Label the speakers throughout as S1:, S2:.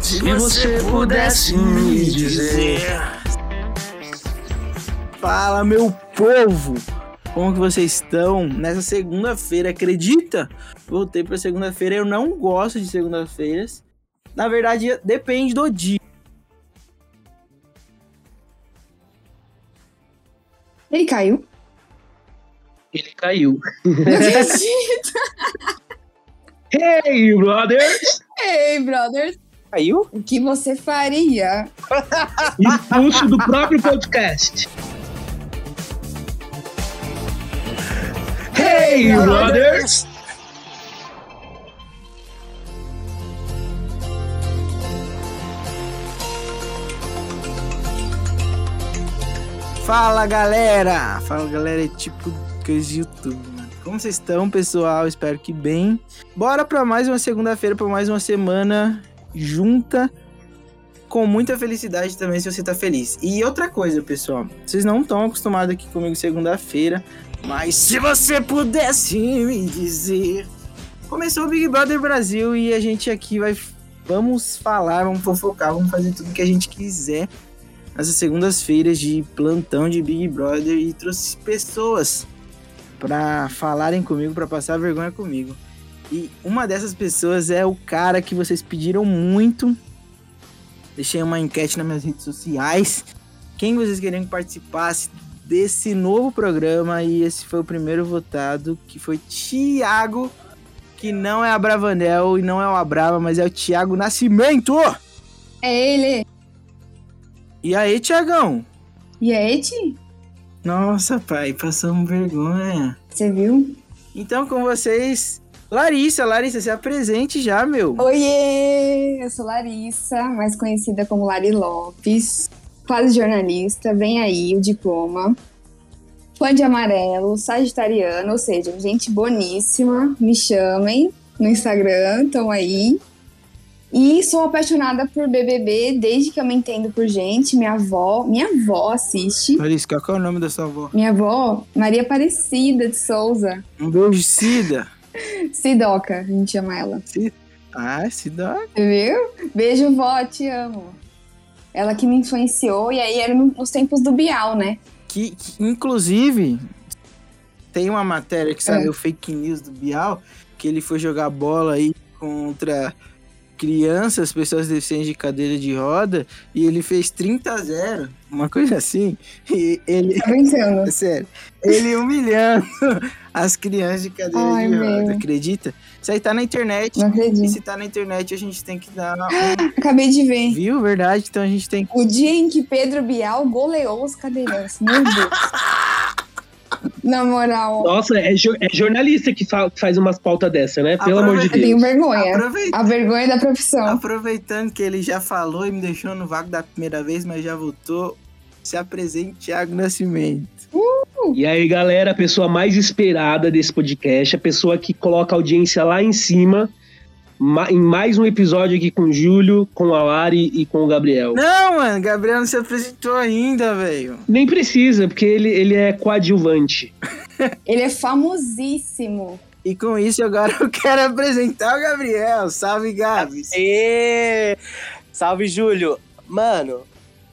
S1: Se você pudesse me dizer.
S2: Fala, meu povo! Como que vocês estão? Nessa segunda-feira, acredita? Voltei pra segunda-feira. Eu não gosto de segundas-feiras. Na verdade, depende do dia.
S3: Ele caiu.
S1: Ele caiu.
S3: Não acredito.
S1: Hey, brother!
S3: Ei, brother.
S2: Caiu?
S3: O que você faria?
S1: Impulso do próprio podcast. Hey, brothers!
S2: Fala, galera! Fala, galera, é tipo coisa de YouTube, mano. Como vocês estão, pessoal? Espero que bem. Bora pra mais uma segunda-feira, pra mais uma semana junta. Com muita felicidade também, se você tá feliz. E outra coisa, pessoal. Vocês não estão acostumados aqui comigo segunda-feira. Mas se você pudesse me dizer... Começou o Big Brother Brasil e a gente aqui vai... Vamos falar, vamos fofocar, vamos fazer tudo que a gente quiser nessas segundas-feiras de plantão de Big Brother e trouxe pessoas para falarem comigo, para passar vergonha comigo. E uma dessas pessoas é o cara que vocês pediram muito. Deixei uma enquete nas minhas redes sociais. Quem vocês queriam que participasse desse novo programa? E esse foi o primeiro votado, que foi Thiago, que não é a Bravanel e não é o Abrava, mas é o Thiago Nascimento!
S3: É ele.
S2: E aí, Tiagão?
S3: E é ele?
S2: Nossa, pai, passamos vergonha.
S3: Você viu?
S2: Então, com vocês, Larissa. Larissa, se apresente já, meu.
S3: Oiê! Eu sou Larissa, mais conhecida como Lari Lopes. Quase jornalista, vem aí o diploma. Fã de amarelo, sagitariano, ou seja, gente boníssima. Me chamem no Instagram, tão aí. E sou apaixonada por BBB desde que eu me entendo por gente. Minha avó, minha avó assiste.
S2: Larissa, qual que é o nome da sua avó?
S3: Minha avó, Maria Aparecida de Souza.
S2: Um beijo, Cida.
S3: Sidoca, a gente chama ela.
S2: Ah, Cida.
S3: Viu? Beijo, vó, te amo. Ela que me influenciou, e aí era no- nos tempos do Bial, né?
S2: Que, que, inclusive, tem uma matéria que saiu, fake news do Bial, que ele foi jogar bola aí contra crianças, pessoas deficientes de cadeira de roda, e ele fez 30 a 0, uma coisa assim. E ele,
S3: Tá brincando.
S2: É Sério. Ele humilhando as crianças de cadeira
S3: Ai,
S2: de roda,
S3: meu.
S2: acredita? Isso aí tá na internet.
S3: Não
S2: E
S3: acredito.
S2: se tá na internet, a gente tem que dar. uma-
S3: Acabei de ver.
S2: Viu? Verdade. Então a gente tem.
S3: O dia em que Pedro Bial goleou os cadeirantes. Meu Deus. Na moral,
S1: Nossa, é, jo- é jornalista que fa- faz umas pautas dessa, né? Pelo amor de
S3: eu tenho
S1: Deus.
S3: vergonha.
S2: Aproveita-
S3: A vergonha da profissão.
S2: Aproveitando que ele já falou e me deixou no vácuo da primeira vez, mas já voltou. Se apresente, Thiago Nascimento.
S1: E aí, galera, a pessoa mais esperada desse podcast, a pessoa que coloca a audiência lá em cima, ma- em mais um episódio aqui com o Júlio, com a Lari e com o Gabriel.
S2: Não, mano, Gabriel não se apresentou ainda, velho.
S1: Nem precisa, porque ele, ele é coadjuvante.
S3: Ele é famosíssimo.
S2: E com isso, agora eu quero apresentar o Gabriel. Salve, Gabs.
S4: Ê! Salve, Júlio! Mano,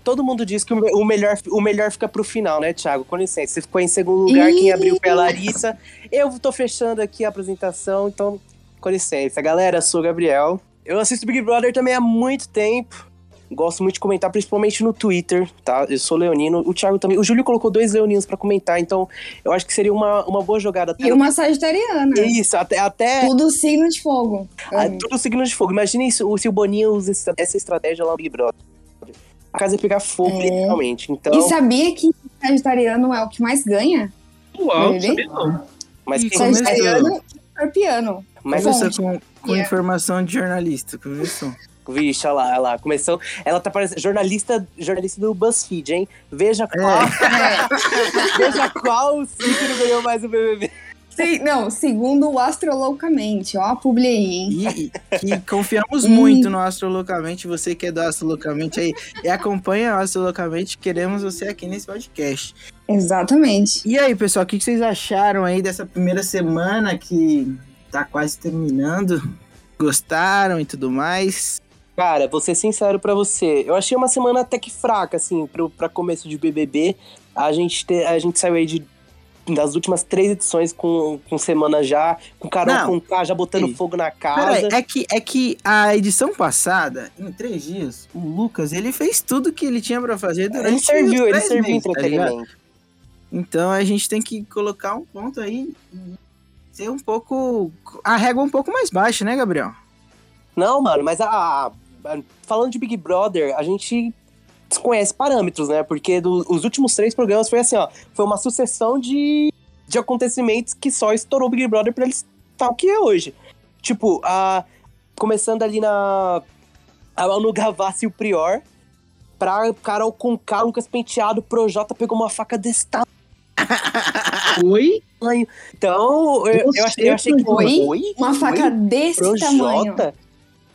S4: todo mundo diz que o me- o melhor, o melhor fica pro final, né, Thiago? Com licença, você ficou em segundo lugar,
S3: Ih!
S4: quem abriu foi a Larissa. Eu tô fechando aqui a apresentação, então, com licença. Galera, sou o Gabriel. Eu assisto Big Brother também há muito tempo. Gosto muito de comentar, principalmente no Twitter, tá? Eu sou leonino, o Thiago também. O Júlio colocou dois leoninos pra comentar, então eu acho que seria uma, uma boa jogada.
S3: E uma sagitariana.
S4: Isso, até, até
S3: Tudo signo de fogo.
S4: É. ah, tudo signo de fogo. Imagina isso, o- se o Boninho usa essa- essa estratégia lá no Big Brother. A casa ia pegar fogo,
S3: É.
S4: literalmente. Então,
S3: E sabia que sagitariano é o que mais ganha?
S2: é
S1: Uau, não
S3: Ele?
S1: sabia não.
S4: mas,
S2: E
S4: quem-
S2: como- Começou.
S3: Sagitariano e escorpiano.
S4: mas
S2: Começou
S3: Fonte.
S2: com, com
S3: Yeah.
S2: informação de jornalista, começou.
S4: vixe, olha lá, olha lá. Começou. Ela tá parecendo jornalista, jornalista do BuzzFeed, hein? Veja qual, tá-
S3: É.
S4: veja qual signo ganhou mais o BBB.
S3: Se- não, segundo o Astroloucamente, ó, publi aí, hein?
S2: E, e confiamos
S4: Hum.
S3: E-
S2: muito no Astro Locamente. Você que é do Astro Locamente aí e acompanha o Astro Locamente, queremos você aqui nesse podcast.
S3: Exatamente.
S2: E aí, pessoal, o que que vocês acharam aí dessa primeira semana que tá quase terminando? Gostaram e tudo mais?
S4: Cara, vou ser sincero pra você. Eu achei uma semana até que fraca, assim, pro, pra começo de BBB. A gente, te- a gente saiu aí de, das últimas três edições com, com semana já, com Carol
S2: Não.
S4: com K já botando
S2: Ei.
S4: fogo na casa.
S2: Peraí, é que, é que a edição passada, em três dias, o Lucas, ele fez tudo que ele tinha pra fazer durante
S4: É, ele serviu,
S2: os
S4: ele
S2: três
S4: serviu
S2: meses, tá ligado?
S4: entretenimento.
S2: Então a gente tem que colocar um ponto aí e ser um pouco. A régua um pouco mais baixa, né, Gabriel?
S4: Não, mano, mas a, a- a- falando de Big Brother, a gente desconhece parâmetros, né? Porque do- os últimos três programas foi assim, ó, foi uma sucessão de, de acontecimentos que só estourou o Big Brother pra ele estar o que é hoje. Tipo, a, começando ali na a, no Gavassi e o Prior, pra Carol Conká, Lucas Penteado, Projota pegou uma faca desse
S5: Oi?
S4: tamanho. Então, eu, eu achei, eu achei que
S3: Oi? Uma faca desse tamanho.
S4: Projota?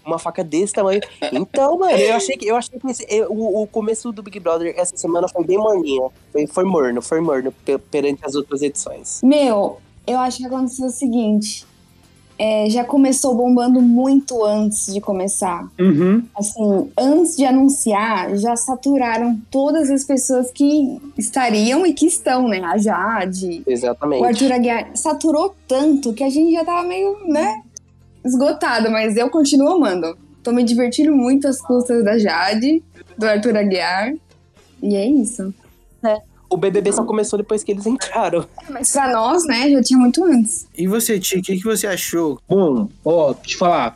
S4: Uma faca desse tamanho. Então, mano, eu achei que, eu achei que esse- eu- o, o começo do Big Brother essa semana foi bem morninho. Foi, foi morno, foi morno pe- perante as outras edições.
S3: Meu, eu acho que aconteceu o seguinte. é, já começou bombando muito antes de começar.
S5: Uhum.
S3: Assim, antes de anunciar, já saturaram todas as pessoas que estariam e que estão, né? A Jade, o
S4: Exatamente.
S3: Arthur Aguiar. Saturou tanto que a gente já tava meio, né? Esgotado, mas eu continuo amando. Tô me divertindo muito às custas da Jade, do Arthur Aguiar. E é isso.
S4: O BBB só começou depois que eles entraram.
S3: Mas pra nós, né, já tinha muito antes.
S2: E você, Ti, o que, que você achou?
S5: Bom, ó, deixa eu te falar.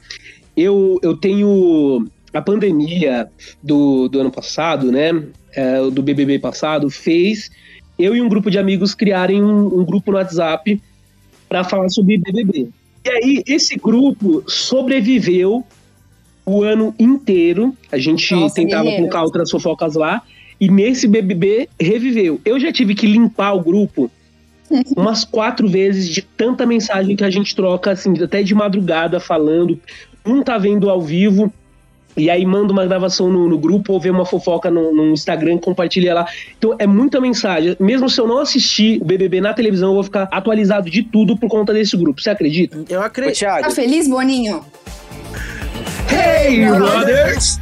S5: Eu, eu tenho. A pandemia do, do ano passado, né? é, do BBB passado, fez eu e um grupo de amigos criarem um, um grupo no WhatsApp para falar sobre BBB. E aí, esse grupo sobreviveu o ano inteiro. A gente
S3: Nossa,
S5: tentava
S3: guerreiro.
S5: colocar outras fofocas lá. E nesse BBB reviveu. Eu já tive que limpar o grupo umas quatro vezes de tanta mensagem que a gente troca, assim, até de madrugada falando. Um tá vendo ao vivo. E aí manda uma gravação no, no grupo ou vê uma fofoca no, no Instagram, compartilha lá. Então é muita mensagem. Mesmo se eu não assistir o BBB na televisão, eu vou ficar atualizado de tudo por conta desse grupo. Você acredita?
S2: Eu
S4: Ô,
S2: acredito.
S4: Thiago,
S3: Tá feliz, Boninho?
S5: Hey,
S2: brothers!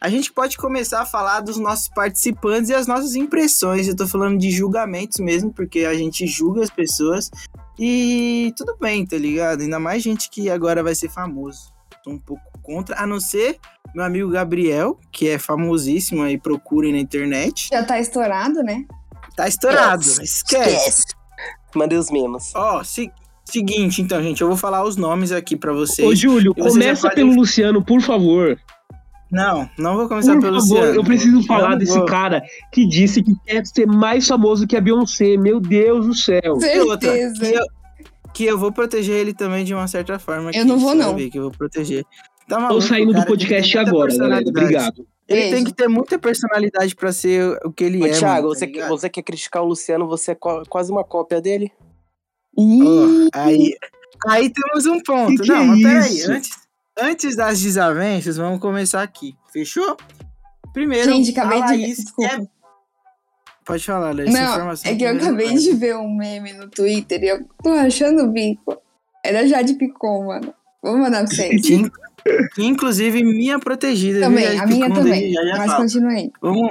S2: A gente pode começar a falar dos nossos participantes e as nossas impressões. Eu tô falando de julgamentos mesmo, porque a gente julga as pessoas. E tudo bem, tá ligado? Ainda mais gente que agora vai ser famoso. Tô um pouco contra, a não ser meu amigo Gabriel, que é famosíssimo aí, procurem na internet.
S3: Já tá estourado, né?
S2: Tá estourado,
S4: Esquece.
S2: esquece.
S4: mandei os mimos.
S2: Ó, se- seguinte, então, gente, eu vou falar os nomes aqui pra vocês.
S5: Ô, Júlio,
S2: E vocês
S5: começa
S2: já um-
S5: pelo
S2: podem-
S5: Luciano, por favor.
S2: Não, não vou
S5: Por
S2: começar
S5: favor,
S2: pelo Luciano.
S5: eu preciso falar
S2: não
S5: desse
S2: vou.
S5: cara que disse que quer ser mais famoso que a Beyoncé. Meu Deus do céu.
S2: E outra, que
S3: Certeza.
S2: eu, que eu vou proteger ele também de uma certa forma.
S3: Eu
S2: aqui,
S3: não vou,
S2: você vai
S3: não.
S2: ver que eu vou proteger. Tá
S5: Tô
S2: maluco,
S5: saindo
S2: cara,
S5: do
S2: ele
S5: podcast
S2: tem muita
S5: agora, galera.
S2: personalidade.
S5: Obrigado.
S2: Ele
S3: Beijo.
S2: tem que ter muita personalidade pra ser o que ele
S4: Ô,
S2: é.
S4: Thiago,
S2: mano, tá
S4: você,
S2: ligado?
S4: você quer criticar o Luciano, você é co- quase uma cópia dele?
S2: Ó, aí, aí temos um ponto.
S5: Que que
S2: não,
S5: é
S2: mas peraí.
S5: isso?
S2: Antes, antes das desavenças, vamos começar aqui. Fechou? Primeiro,
S3: Gente, acabei
S2: a
S3: de.
S2: Laís
S3: Desculpa.
S2: é- Pode falar, Laís. essa
S3: Não,
S2: informação
S3: é que eu
S2: primeiro,
S3: acabei
S2: cara.
S3: de ver um meme no Twitter e eu tô achando o bico. Era Jade Picon, mano. Vou mandar pra vocês.
S2: Que, in- que, inclusive, minha protegida. viu?
S3: também, a
S2: que
S3: minha
S2: quando
S3: também.
S2: já- já
S3: Mas
S2: fala.
S3: continuei.
S2: Vamos,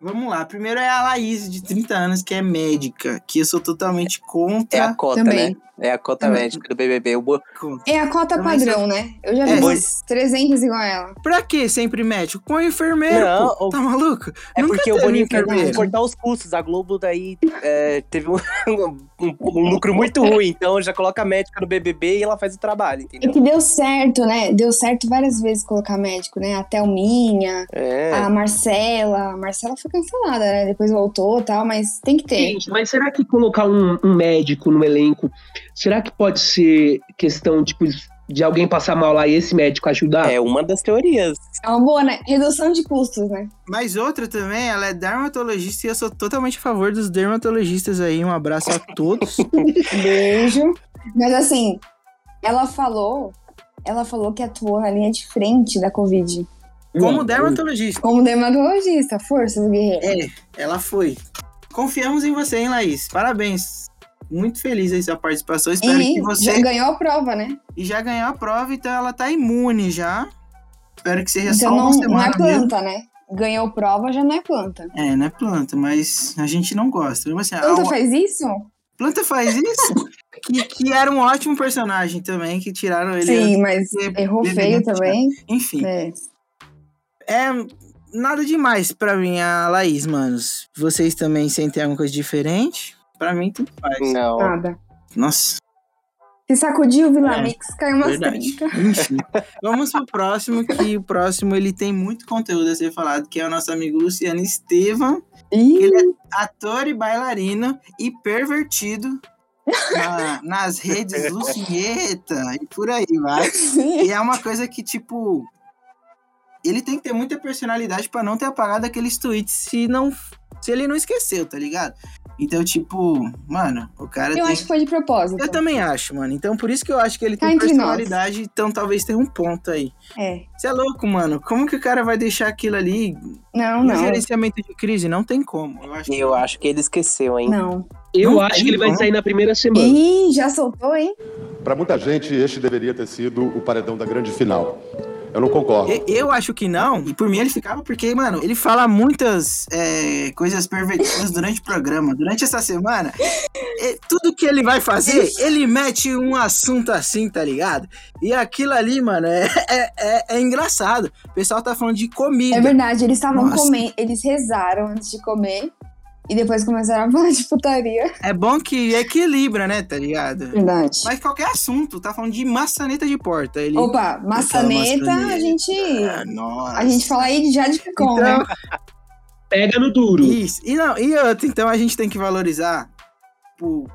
S2: vamos lá. Primeiro é a Laís, de 30 anos, que é médica. Que eu sou totalmente
S4: É a
S2: contra.
S4: cota,
S3: Também.
S4: né? É a cota
S3: Também.
S4: médica do BBB. O bo-
S2: contra.
S3: É a cota
S2: Não, mas
S3: padrão, né? Eu já
S2: É.
S3: vi umas 300 igual a ela.
S2: Pra que sempre médico? Com enfermeiro,
S4: Não,
S2: pô.
S4: o-
S2: Tá maluco?
S4: É
S2: Nunca
S4: porque o
S2: teve
S4: Boninho quer
S2: enfermeiro.
S4: cortar os custos. A Globo daí é, teve um, um- um lucro muito ruim. Então já coloca a médica no BBB e ela faz o trabalho,
S3: É
S4: entendeu?
S3: que deu certo, né? Deu certo várias vezes colocar médico, né? A Thelminha,
S4: É.
S3: a Marcela. A Marcela foi cancelada, né? Depois voltou e tal, mas tem que ter.
S5: Gente, mas será que colocar um, um médico no elenco, será que pode ser questão, tipo, de alguém passar mal lá e esse médico ajudar?
S4: É uma das teorias.
S3: É uma boa, né? Redução de custos, né?
S2: Mas outra também, ela é dermatologista e eu sou totalmente a favor dos dermatologistas aí. Um abraço a todos.
S3: Beijo. Mas assim, ela falou, ela falou que atuou na linha de frente da Covid.
S2: Como dermatologista.
S3: Como dermatologista, forças, guerreiro.
S2: É, ela foi. Confiamos em você, hein, Laís? Parabéns. muito feliz aí sua participação. Espero
S3: e
S2: que você.
S3: já ganhou a prova, né?
S2: E já ganhou a prova, então ela tá imune já. Espero que seja só
S3: Então não,
S2: uma
S3: não é
S2: semana mesmo.
S3: planta, né? Ganhou prova, já não é planta.
S2: É, não é planta, mas a gente não gosta. Mesmo assim, a-
S3: Planta
S2: a-
S3: faz isso?
S2: planta faz isso? que, que era um ótimo personagem também, que tiraram ele. é
S3: Sim, mas
S2: Ele-
S3: errou
S2: ele-
S3: feio
S2: ele-
S3: também.
S2: Enfim.
S3: É.
S2: É nada demais pra mim, a Laís, manos. Vocês também sentem alguma coisa diferente? Pra mim, tudo faz.
S4: Não.
S3: Nada.
S2: Nossa,
S3: Se sacudiu o Vila
S2: É,
S3: Mix, caiu umas
S2: verdade.
S3: trincas.
S2: Enfim. Vamos pro próximo, que o próximo ele tem muito conteúdo a ser falado, que é o nosso amigo Luciano Estevam,
S3: Ih,
S2: ator e bailarino e pervertido na- nas redes Lucinheta e por aí vai.
S3: sim.
S2: E é uma coisa que, tipo, ele tem que ter muita personalidade pra não ter apagado aqueles tweets se não se ele não esqueceu, tá ligado? Então, tipo, mano, o cara
S3: Eu
S2: tem
S3: acho que foi de propósito.
S2: eu também acho, mano. Então, por isso que eu acho que ele
S3: Cá
S2: tem
S3: entre nós.
S2: personalidade, então talvez tenha um ponto aí.
S3: É.
S2: Você é louco, mano. Como que o cara vai deixar aquilo ali?
S3: Não,
S2: No
S3: não.
S2: gerenciamento de crise? Não tem como. Eu acho. que-
S4: Eu acho que ele esqueceu, hein?
S3: Não.
S1: Eu
S2: Não
S1: acho
S2: tem
S1: que ele vai
S2: como.
S1: sair na primeira semana.
S3: Ih, já soltou, hein?
S6: Para muita gente, este deveria ter sido o paredão da grande final. Eu não concordo.
S2: E- Eu acho que não. E por mim ele ficava porque, mano, ele fala muitas é, coisas pervertidas durante o programa. Durante essa semana, e tudo que ele vai fazer, ele mete um assunto assim, tá ligado? E aquilo ali, mano, é, é, é- é engraçado. O pessoal tá falando de comida.
S3: É verdade, eles estavam
S2: Nossa.
S3: comendo, eles rezaram antes de comer e depois começaram a falar de putaria.
S2: É bom que equilibra, né, tá ligado?
S3: Verdade.
S2: Mas qualquer assunto, tá falando de maçaneta de porta. Ele.
S3: Opa, maçaneta, a gente
S2: Ah, nossa.
S3: a gente fala aí já de picom,
S2: Então,
S3: né?
S1: Pega no duro.
S2: isso. E, não, e outra, então a gente tem que valorizar tipo,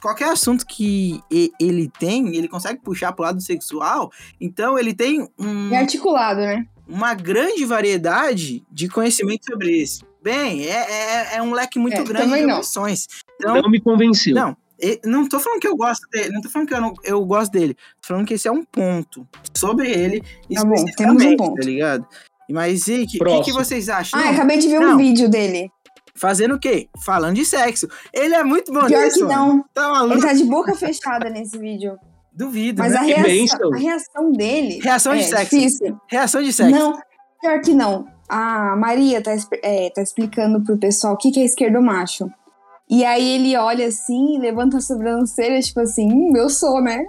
S2: qualquer assunto que e- ele tem, ele consegue puxar pro lado sexual. Então ele tem um-
S3: É articulado, né?
S2: uma grande variedade de conhecimento sobre isso. Bem, é, é, é um leque muito
S3: É,
S2: grande
S3: também
S2: de
S3: não.
S2: opções. Então,
S1: Não me convenceu.
S2: Não, E- não tô falando que eu gosto dele, não tô falando que eu, não- eu gosto dele. Tô falando que esse é um ponto sobre ele.
S3: Tá bom,
S2: especificamente,
S3: temos um ponto.
S2: Tá ligado? Mas e o que, que,
S1: Próximo.
S2: que vocês acham?
S3: Ah, acabei de ver um
S2: Não.
S3: vídeo dele.
S2: Fazendo o quê? Falando de sexo. Ele é muito bom
S3: Pior
S2: nisso,
S3: que
S2: mano.
S3: não.
S2: Tá maluco?
S3: Ele tá de boca fechada nesse vídeo.
S2: Duvido,
S3: Mas
S2: né?
S3: a
S1: Que
S3: reação,
S1: bênção.
S3: a reação dele.
S2: Reação
S3: é
S2: de sexo.
S3: difícil.
S2: Reação de sexo.
S3: Não, pior que não. A Maria tá, expli- é, tá explicando pro pessoal o que, que é esquerdo macho. E aí ele olha assim, levanta a sobrancelha, tipo assim, hum, eu sou, né?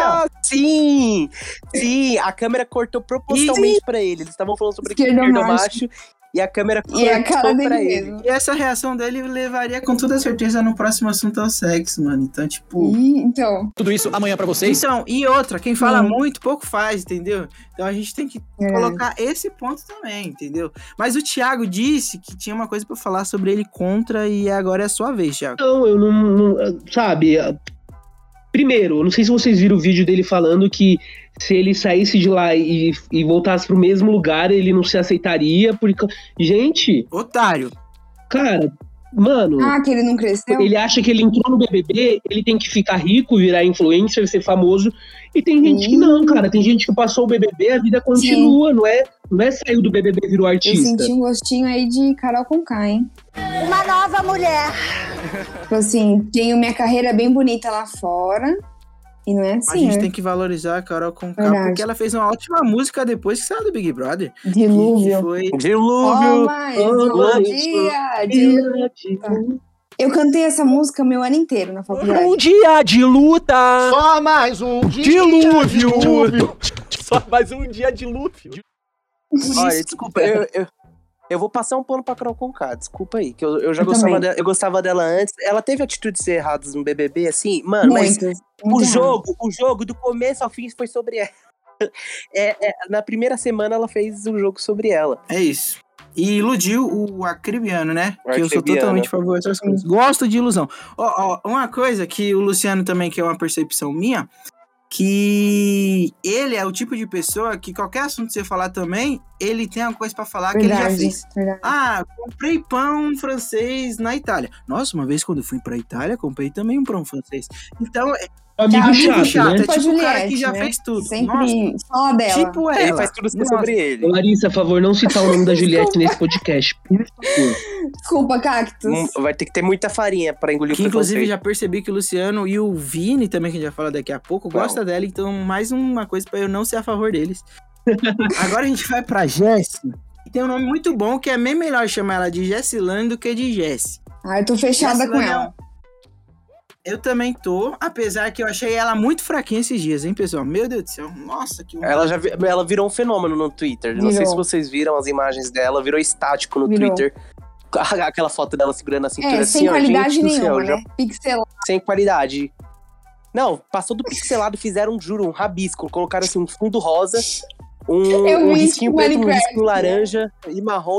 S4: Ah, sim! Sim! A câmera cortou propositalmente pra ele. Eles estavam falando sobre
S3: Esquerdo macho.
S4: macho. E a câmera cortou
S3: E é a cara dele
S4: pra ele.
S3: mesmo.
S2: E essa reação dele levaria com toda certeza no próximo assunto ao sexo, mano. Então, tipo.
S3: Ih, então,
S7: Tudo isso amanhã pra vocês.
S2: Então, e outra, quem fala
S3: Hum.
S2: muito, pouco faz, entendeu? Então a gente tem que
S3: é.
S2: colocar esse ponto também, entendeu? Mas o Thiago disse que tinha uma coisa pra falar sobre ele contra e agora é a sua vez, Thiago.
S1: Não, eu não, não- Sabe? ah, Primeiro, eu não sei se vocês viram o vídeo dele falando que se ele saísse de lá e, e voltasse pro mesmo lugar, ele não se aceitaria. Porque... Gente,
S2: Otário.
S1: cara, mano.
S2: Hum.
S3: Ah, que ele não cresceu?
S1: Ele acha que ele entrou no BBB, ele tem que ficar rico, virar influencer, ser famoso. E tem gente que não, cara. Tem gente que passou o BBB, a vida continua, não é? Não é saiu do BBB e virou
S3: Eu
S1: artista.
S3: senti um gostinho aí de Carol Conká, hein?
S8: Uma nova mulher.
S3: Tipo assim, tenho minha carreira bem bonita lá fora. E não é
S2: a
S3: assim,
S2: gente
S3: né?
S2: tem que valorizar a Carol Conká,
S3: Verdade.
S2: porque ela fez uma ótima música depois que saiu do Big Brother. que- Que
S3: Dilúvio.
S2: foi...
S4: Dilúvio!
S3: Oh, mais
S1: Oh,
S3: um
S1: mais
S3: dia,
S1: é
S3: dilúvio.
S1: um
S3: Eu cantei essa música meu ano inteiro na faculdade.
S4: um
S7: dia de luta!
S6: Só mais um dia
S7: Dilúvio.
S6: dilúvio.
S7: Só mais um dia de luta.
S4: Olha, desculpa, eu, eu, eu vou passar um pano pra Carol Conká, desculpa aí. Que eu, eu já
S3: Eu
S4: gostava
S3: também.
S4: dela, eu gostava dela antes. Ela teve atitudes erradas no BBB, assim,
S2: é
S4: mano, mas
S3: Muito. muito
S4: o
S3: errado.
S4: jogo, o jogo do começo ao fim foi sobre ela. É, é, na primeira semana ela fez um jogo sobre ela.
S2: É isso. E iludiu o acribiano, né?
S4: O
S2: que eu sou
S4: Acribiano.
S2: totalmente a favor dessas coisas. Gosto de ilusão. Ó, ó, uma coisa que o Luciano também, que é uma percepção minha, que ele é o tipo de pessoa que qualquer assunto que você falar também, ele tem uma coisa pra falar que ele já
S3: Verdade,
S2: fez.
S3: verdade.
S2: Ah, comprei pão francês na Itália. Nossa, uma vez quando eu fui pra Itália, comprei também um pão francês. Então, é-
S1: amigo
S3: Tchau,
S1: chato,
S2: Amigo chato,
S1: né?
S2: é tipo o cara que
S3: Juliette,
S2: já
S3: né?
S2: fez tudo. Nossa,
S3: Sempre fala dela.
S2: tipo ela.
S4: Ele faz tudo ser
S2: Nossa.
S4: sobre ele.
S1: Ô, Larissa, por favor, não citar o nome da Juliette nesse podcast, por favor.
S3: Desculpa, Cactus.
S4: Hum, Vai ter que ter muita farinha pra engolir
S2: Que
S4: o
S2: inclusive
S4: preconceito.
S2: já percebi que o Luciano e o Vini também, que a gente vai falar daqui a pouco,
S4: Qual?
S2: gosta dela, então mais uma coisa pra eu não ser a favor deles. Agora a gente vai pra Jéssica. que Tem um nome muito bom que é bem melhor chamar ela de Jessilane do que de Jess. é
S3: Ah, eu tô fechada com
S2: um
S3: ela. É,
S2: Eu também tô, apesar que eu achei ela muito fraquinha esses dias, hein, pessoal? Meu Deus do céu. Nossa, que
S4: Ela já vi- ela virou um fenômeno no Twitter. Não
S3: Virou.
S4: sei se vocês viram as imagens dela, virou estático no
S3: Virou.
S4: Twitter. Aquela foto dela segurando a cintura
S3: É,
S4: assim,
S3: sem
S4: ó,
S3: qualidade
S4: gente do céu,
S3: nenhuma,
S4: já-
S3: né? Pixelado.
S4: sem qualidade. Não, passou do pixelado, fizeram, juro, um rabisco. Colocaram assim um fundo rosa,
S3: Eu
S4: um, um
S3: vi
S4: risquinho
S3: isso no
S4: preto, um
S3: Minecraft,
S4: risquinho
S3: né?
S4: laranja e marrom.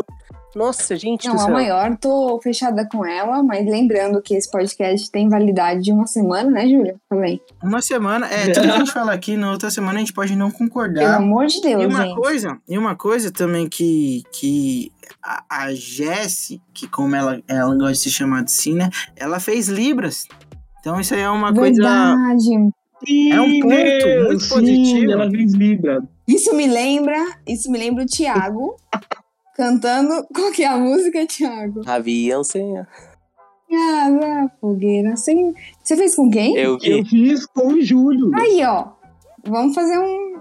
S4: Nossa, gente do
S3: Não, a
S4: céu.
S3: maior, tô fechada com ela, mas lembrando que esse podcast tem validade de uma semana, né, Júlia? Também.
S2: Uma semana. É, tudo que a gente fala aqui, na outra semana a gente pode não concordar.
S3: Pelo amor de Deus,
S2: E uma
S3: Então, gente.
S2: coisa, e uma coisa também que, que a, a Jessie, que como ela, ela gosta de ser chamada assim, né? Ela fez Libras. Então isso aí é uma coisa.
S3: Verdade.
S2: É um ponto
S1: Meu,
S2: muito
S1: sim,
S2: positivo.
S1: Ela fez Libra.
S3: Isso me lembra, isso me lembra o Thiago cantando qual que é a música, Thiago?
S4: Avião sem.
S3: Casa, fogueira, sem... Você fez com quem?
S4: Eu vi.
S1: Eu fiz com o Júlio.
S3: Aí, ó. Vamos fazer um,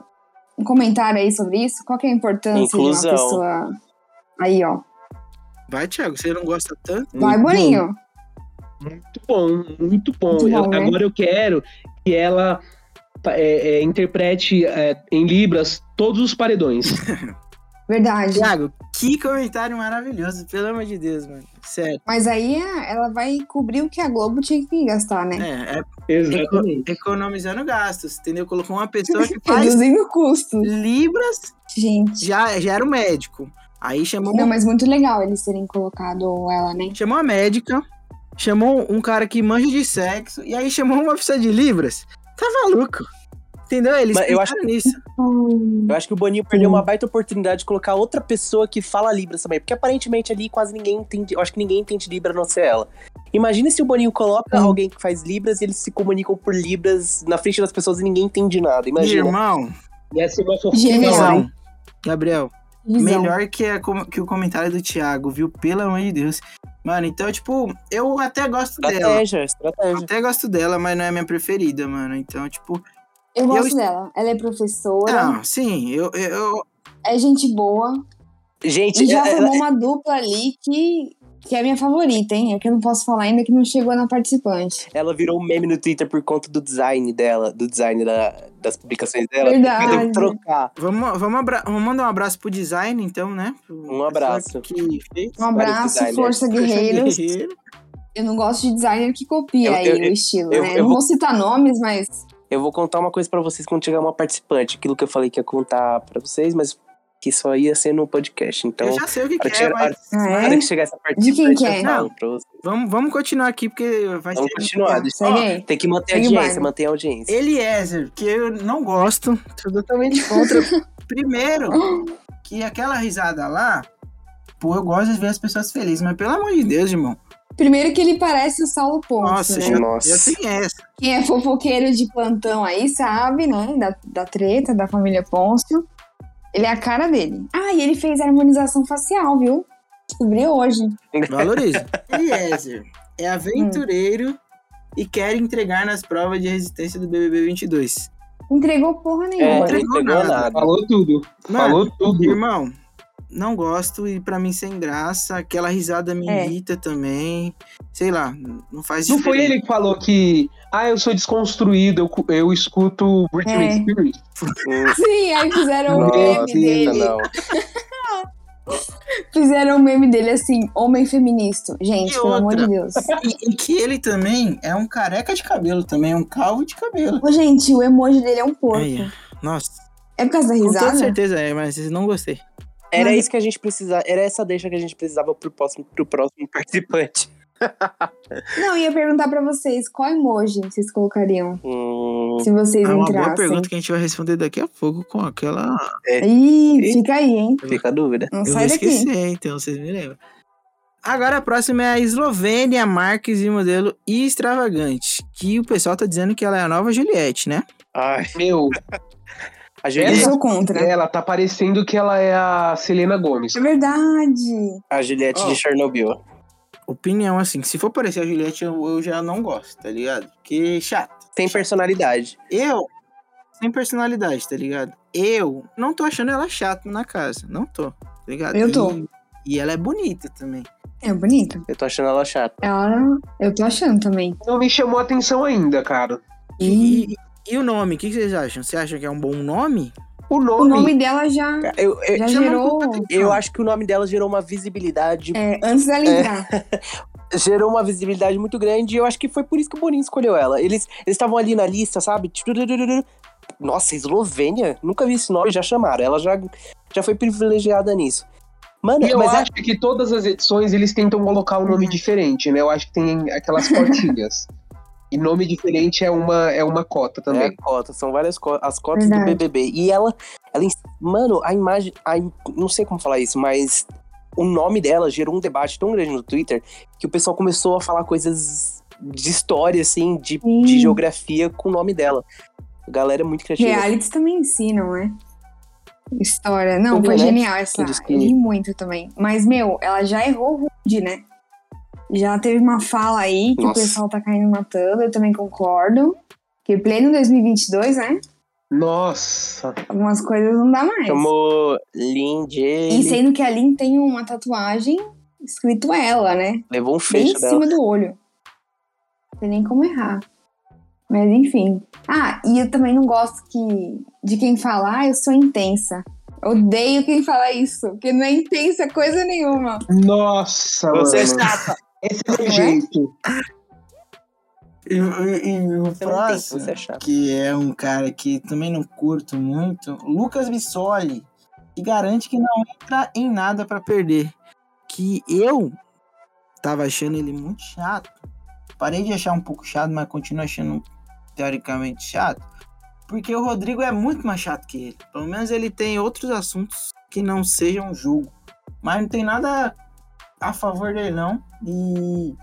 S3: um comentário aí sobre isso? Qual que é a importância
S4: Inclusão.
S3: de uma pessoa... Aí, ó.
S2: Vai, Thiago, você não gosta tanto?
S4: Uhum.
S3: Vai,
S1: Muito bom.
S3: Boninho.
S1: Muito bom, muito bom.
S3: Muito
S1: Eu-
S3: bom, né?
S1: Agora eu quero que ela é, é, interprete é, em Libras todos os paredões.
S3: Verdade.
S2: Thiago, que comentário maravilhoso, pelo amor de Deus, mano. Sério.
S3: Mas aí é, ela vai cobrir o que a Globo tinha que gastar, né?
S2: É, é
S1: Exatamente.
S2: economizando gastos, entendeu? Colocou uma pessoa É, que faz
S3: Reduzindo custos.
S2: Libras,
S3: Gente.
S2: já, já era um médico. Aí chamou
S3: Não, mas muito legal eles terem colocado ela, né?
S2: chamou a médica, chamou um cara que manja de sexo, e aí chamou uma oficina de Libras. Tá maluco. Entendeu? Eles
S4: Mas eu
S2: pensaram nisso.
S4: Eu acho que o Boninho perdeu uma baita oportunidade de colocar outra pessoa que fala Libras também. Porque aparentemente ali quase ninguém entende. Eu acho que ninguém entende Libra a não ser ela. Imagina se o Boninho coloca
S3: Hum.
S4: alguém que faz Libras e eles se comunicam por Libras na frente das pessoas e ninguém entende nada. Imagina.
S2: Irmão,
S1: Ia ser é uma
S3: Genial.
S4: é
S1: fofoca.
S2: visão. Gabriel,
S3: Visão.
S2: melhor que, a com- que o comentário do Thiago, viu? Pelo amor de Deus. Mano, então, tipo, eu até gosto
S4: Tá
S2: dela.
S4: Estratégia, estratégia.
S2: Até gosto dela, mas não é minha preferida, mano. Então, tipo.
S3: Eu gosto
S2: eu-
S3: dela. Ela é professora,
S4: Ah.
S2: Não, sim, eu. eu, eu-
S3: é gente boa.
S4: Gente,
S3: E já
S4: é- é-
S3: formou uma dupla ali que, que é a minha favorita, hein? É que eu não posso falar ainda que não chegou na participante.
S4: Ela virou um meme no Twitter por conta do design dela, do design da- das publicações dela.
S3: Verdade.
S4: Eu devo trocar.
S2: vamos, vamos, abra- vamos mandar um abraço pro design, então, né? Pro-
S4: Um abraço.
S2: Que fez.
S3: Um abraço,
S4: designers.
S3: força guerreiros. Eu não gosto de designer que copia
S4: Eu-
S3: aí
S4: eu- eu-
S3: o estilo,
S4: eu-
S3: né?
S4: eu
S3: não
S4: vou-
S3: vou citar nomes, mas
S4: Eu vou contar uma coisa pra vocês quando chegar uma participante. Aquilo que eu falei que ia contar pra vocês, mas que só ia ser no podcast. Então,
S2: eu já sei o que,
S4: pra
S2: que é,
S4: tirar-
S2: mas.
S3: Ah,
S4: na
S3: é?
S4: hora que chegar essa
S3: De quem
S4: participante,
S3: que
S4: eu
S3: é?
S4: falo pra vocês.
S2: Vamos, vamos continuar aqui, porque vai
S4: Vamos
S2: ser.
S4: continuar. Deixa...
S3: segue
S4: ó,
S3: aí.
S4: tem que manter a
S3: Segue o
S4: audiência,
S3: baile.
S4: manter a audiência.
S2: Eliezer, que eu não gosto, sou totalmente contra. Primeiro, que aquela risada lá, pô, eu gosto de ver as pessoas felizes, mas pelo amor de Deus, irmão.
S3: primeiro que ele parece o Saulo Ponce,
S2: Nossa,
S3: né?
S2: já,
S4: Nossa.
S2: já tem essa.
S3: Quem é fofoqueiro de plantão aí sabe, né? Da, da treta da família Pôncio. Ele é a cara dele. Ah, e ele fez harmonização facial, viu? Descobri hoje.
S2: Valoriza. Eliezer é aventureiro e quer entregar nas provas de resistência do BBB 22.
S3: Entregou porra
S4: É,
S3: nenhuma.
S4: não
S2: entregou
S4: entregou
S2: nada.
S4: nada.
S1: Falou tudo.
S2: Mano,
S1: Falou tudo.
S2: irmão, não gosto e pra mim sem graça. Aquela risada me
S3: É.
S2: irrita também. Sei lá, não faz
S1: Não foi ele que falou que, ah, eu sou desconstruído, eu, cu- eu escuto Britney
S3: É.
S1: Spears.
S4: Hum,
S3: Sim, aí fizeram o
S4: Nossa,
S3: meme dele.
S4: não.
S3: Fizeram o meme dele assim, homem feminista. Gente,
S2: E
S3: pelo amor
S2: outra?
S3: de Deus.
S2: E, e que ele também é um careca de cabelo, também é um calvo de cabelo.
S3: Ô, gente, o emoji dele é um porco.
S2: Ai, nossa,
S3: É por causa da
S2: com toda
S3: risada?
S2: certeza é, mas não gostei.
S4: Era
S3: Mas-
S4: isso que a gente precisava, era essa deixa que a gente precisava pro próximo, pro próximo participante.
S3: Não, eu ia perguntar pra vocês, qual emoji vocês colocariam
S4: Hum,
S3: se vocês
S2: É uma boa
S3: entrassem?
S2: pergunta que a gente vai responder daqui a pouco com aquela.
S3: Ih, fica aí, hein?
S4: fica a dúvida.
S3: Não
S2: Eu vou
S3: sai daqui.
S2: esquecer, então vocês me lembram. Agora a próxima é a Eslovênia Marques e modelo extravagante. Que o pessoal tá dizendo que ela é a nova Juliette, né?
S4: Ai,
S1: Meu,
S4: a
S3: Eu
S1: Essa-
S4: Juliette,
S3: sou contra.
S1: ela tá parecendo que ela é a Selena Gomes.
S3: É verdade.
S4: a Juliette de Chernobyl.
S2: Opinião assim, que se for parecer a Juliette, eu, eu já não gosto, tá ligado? Porque chato.
S4: Tem personalidade.
S2: Eu, sem personalidade, tá ligado? Eu não tô achando ela chata na casa. Não tô, tá ligado?
S3: Eu tô.
S2: E, e ela é bonita também.
S3: É bonito.
S4: Eu tô achando ela chata.
S3: Ela, eu tô achando também.
S1: Não me chamou a atenção ainda, cara.
S3: E
S2: E, e o nome, o que, que vocês acham? Você acha que é um bom nome?
S1: O
S3: o
S1: nome,
S3: nome dela já,
S4: Eu, eu,
S3: já
S2: chama
S3: gerou.
S4: eu acho que o nome dela gerou uma visibilidade.
S3: É, antes dela entrar.
S4: Gerou uma visibilidade muito grande e eu acho que foi por isso que o Boninho escolheu ela. Eles eles estavam ali na lista, sabe? Tipo, Tchururururu. Nossa, Eslovênia? Nunca vi esse nome, já chamaram. Ela já, já foi privilegiada nisso. Mano,
S1: E eu
S4: mas é-
S1: acho que todas as edições eles tentam colocar um nome diferente, né? Eu acho que tem aquelas portinhas. e nome diferente é uma, é uma cota
S4: É
S1: também.
S4: cota, são várias cotas, as cotas do
S3: Verdade.
S4: BBB. E ela, ela, ins- mano, a imagem, a, im- não sei como falar isso, mas o nome dela gerou um debate tão grande no Twitter que o pessoal começou a falar coisas de história, assim, de,
S3: Sim.
S4: de geografia com o nome dela. A galera é muito criativa.
S3: Realities também ensinam, né? História. Não,
S4: Entendeu,
S3: foi
S4: né?
S3: genial essa.
S4: Quem disse que-
S3: Eu ri muito também. Mas, meu, ela já errou rude, né? Já teve uma fala aí que
S4: Nossa.
S3: o pessoal tá caindo matando, eu também concordo. Que pleno 2022, né?
S1: Nossa.
S3: Algumas coisas não dá mais.
S4: Chamou Lindy,
S3: E sendo que a Lin tem uma tatuagem escrito ela, né?
S4: levou um
S3: Bem
S4: fecho
S3: em
S4: dela.
S3: cima do olho. Não tem nem como errar. Mas enfim. Ah, e eu também não gosto que de quem falar eu sou intensa. Odeio quem fala isso, porque não é intensa coisa nenhuma.
S1: Nossa,
S4: Você é
S1: mano.
S4: chata,
S1: Esse é o jeito.
S2: E, e- e o
S4: você não tem,
S2: próximo,
S4: você é chata.
S2: que é um cara que também não curto muito, Lucas Bissoli, que garante que não entra em nada pra perder. Que eu tava achando ele muito chato. Parei de achar um pouco chato, mas continuo achando teoricamente chato. Porque o Rodrigo é muito mais chato que ele. Pelo menos ele tem outros assuntos que não sejam jogo. Mas não tem nada a favor dele, não. E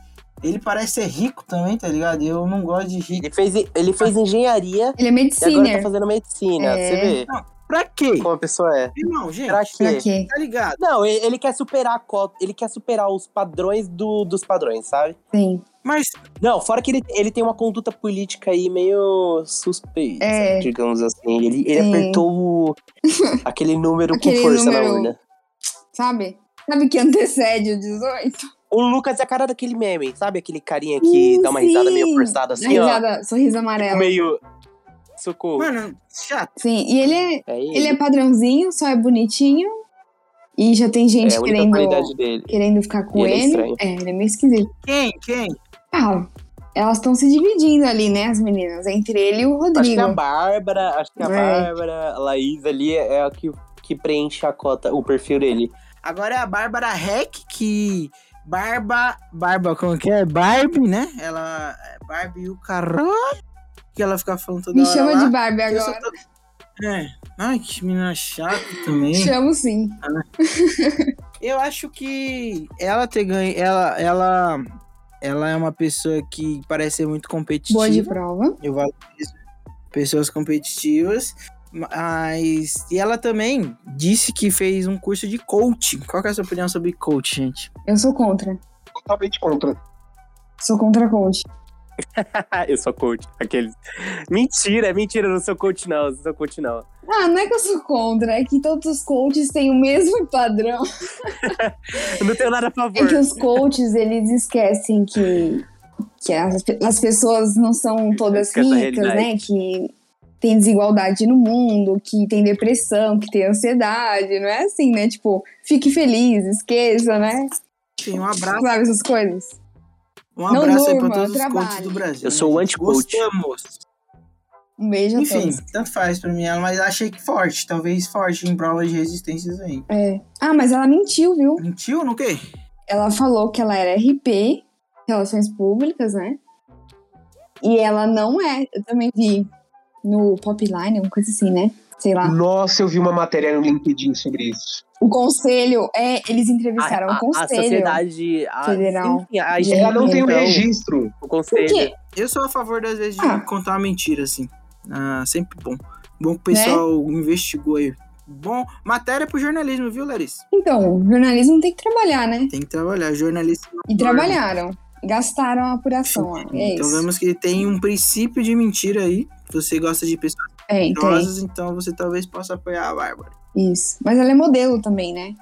S2: ele parece ser rico também, tá ligado? Eu não gosto de rico.
S4: Ele fez, ele fez engenharia e
S3: Ele é
S4: agora tá
S3: mediciner.
S4: fazendo medicina.
S3: É.
S4: Você vê
S2: Pra quê?
S4: como a pessoa é.
S2: Irmão, gente,
S4: Pra
S3: Pra
S4: quê?
S3: quê?
S2: tá ligado?
S4: Não, ele, ele quer superar a cota, ele quer superar os padrões do, dos padrões, sabe?
S3: Sim.
S2: Mas
S4: Não, fora que ele, ele tem uma conduta política aí meio suspeita,
S3: É.
S4: digamos assim. Ele, ele
S3: Sim.
S4: apertou o- aquele número
S3: Aquele
S4: com força na
S3: número.
S4: urna.
S3: Sabe? Sabe que antecede o 18?
S4: O Lucas é a cara daquele meme, sabe? Aquele carinha que
S3: Hum,
S4: dá uma risada
S3: sim.
S4: meio forçada assim,
S3: A
S4: ó. Tipo,
S3: risada, sorriso amarelo.
S4: Meio. Socorro.
S2: Mano, chato.
S3: Sim. E ele é,
S4: é ele.
S3: ele é padrãozinho, só é bonitinho. E já tem
S4: É
S3: gente
S4: a única
S3: querendo.
S4: qualidade dele.
S3: querendo ficar com
S4: E ele é
S3: ele.
S4: estranho.
S3: é, ele é meio esquisito.
S2: Quem? Quem?
S3: Ah, elas estão se dividindo ali, né, as meninas? Entre ele e o
S4: Acho que é
S3: Rodrigo.
S4: a Bárbara, acho que a
S3: É.
S4: Bárbara, a Laís ali é a que, que preenche a cota, o perfil dele.
S2: Agora é a Bárbara Heck, que. Barba. Barba, como que é? Barbie, né? Ela. é Barbie e o caralho. Que ela fica falando toda
S3: Me
S2: hora.
S3: chama
S2: lá.
S3: de Barbie
S2: Eu só
S3: agora.
S2: tô- É. Ai, que menina chata também.
S3: Chamo sim.
S2: Eu acho que ela ter ganho. Ela, ela, ela é uma pessoa que parece ser muito competitiva.
S3: Boa de prova.
S2: Eu valorizo pessoas competitivas. Mas. E ela também disse que fez um curso de coaching. Qual que é a sua opinião sobre coaching, gente?
S3: Eu sou contra.
S1: Totalmente contra.
S3: Sou contra a coach.
S4: Ah, eu sou coach. Aqueles. Mentira, é mentira, eu não sou coach, não. Eu não sou coach, não.
S3: Ah, não é que eu sou contra, é que todos os coaches têm o mesmo padrão.
S4: Eu não tenho nada a
S3: É
S4: favor.
S3: que os coaches, eles esquecem que, que as, as pessoas não são todas
S4: Esquece a
S3: ricas, né?
S4: realidade.
S3: Que tem desigualdade no mundo, que tem depressão, que tem ansiedade. Não é assim, né? Tipo, fique feliz, esqueça, né?
S2: Sim, um abraço.
S3: Sabe essas coisas?
S2: Um
S3: Não
S2: abraço aí pra
S3: durma,
S2: todos os
S3: trabalhe.
S2: coaches do Brasil.
S4: Eu sou
S2: né,
S4: o
S2: gente?
S4: anti-coach.
S2: Gostamos.
S3: Um beijo a
S2: Enfim,
S3: todos.
S2: tanto faz pra mim, ela, mas achei que forte. Talvez forte em provas de resistências aí.
S3: É. Ah, mas ela mentiu, viu?
S2: Mentiu no quê?
S3: Ela falou que ela era RP, Relações Públicas, né? E ela não é. Eu também vi no Popline, uma coisa assim, né? Sei lá.
S1: Nossa, eu vi uma matéria no LinkedIn sobre isso.
S3: O conselho é. Eles entrevistaram
S4: a,
S3: o
S4: a, a
S3: conselho.
S4: sociedade. A,
S3: Federal.
S4: Enfim, a
S3: De-
S1: Ela não tem um
S4: então,
S1: registro.
S4: O
S3: Por
S4: conselho.
S3: quê?
S2: Eu sou a favor, às vezes, de
S3: Ah.
S2: contar uma mentira, assim. Ah, sempre bom. Bom que o pessoal
S3: Né?
S2: investigou aí. Bom, matéria pro jornalismo, viu, Larissa?
S3: Então, jornalismo tem que trabalhar, né?
S2: Tem que trabalhar, é um jornalista.
S3: E trabalharam. Gastaram a apuração. ó. É
S2: então
S3: isso.
S2: vemos que tem um princípio de mentira aí. Você gosta de pessoas
S3: É, tem.
S2: mentirosas, então você talvez possa apoiar a Bárbara.
S3: Isso. Mas ela é modelo também, né?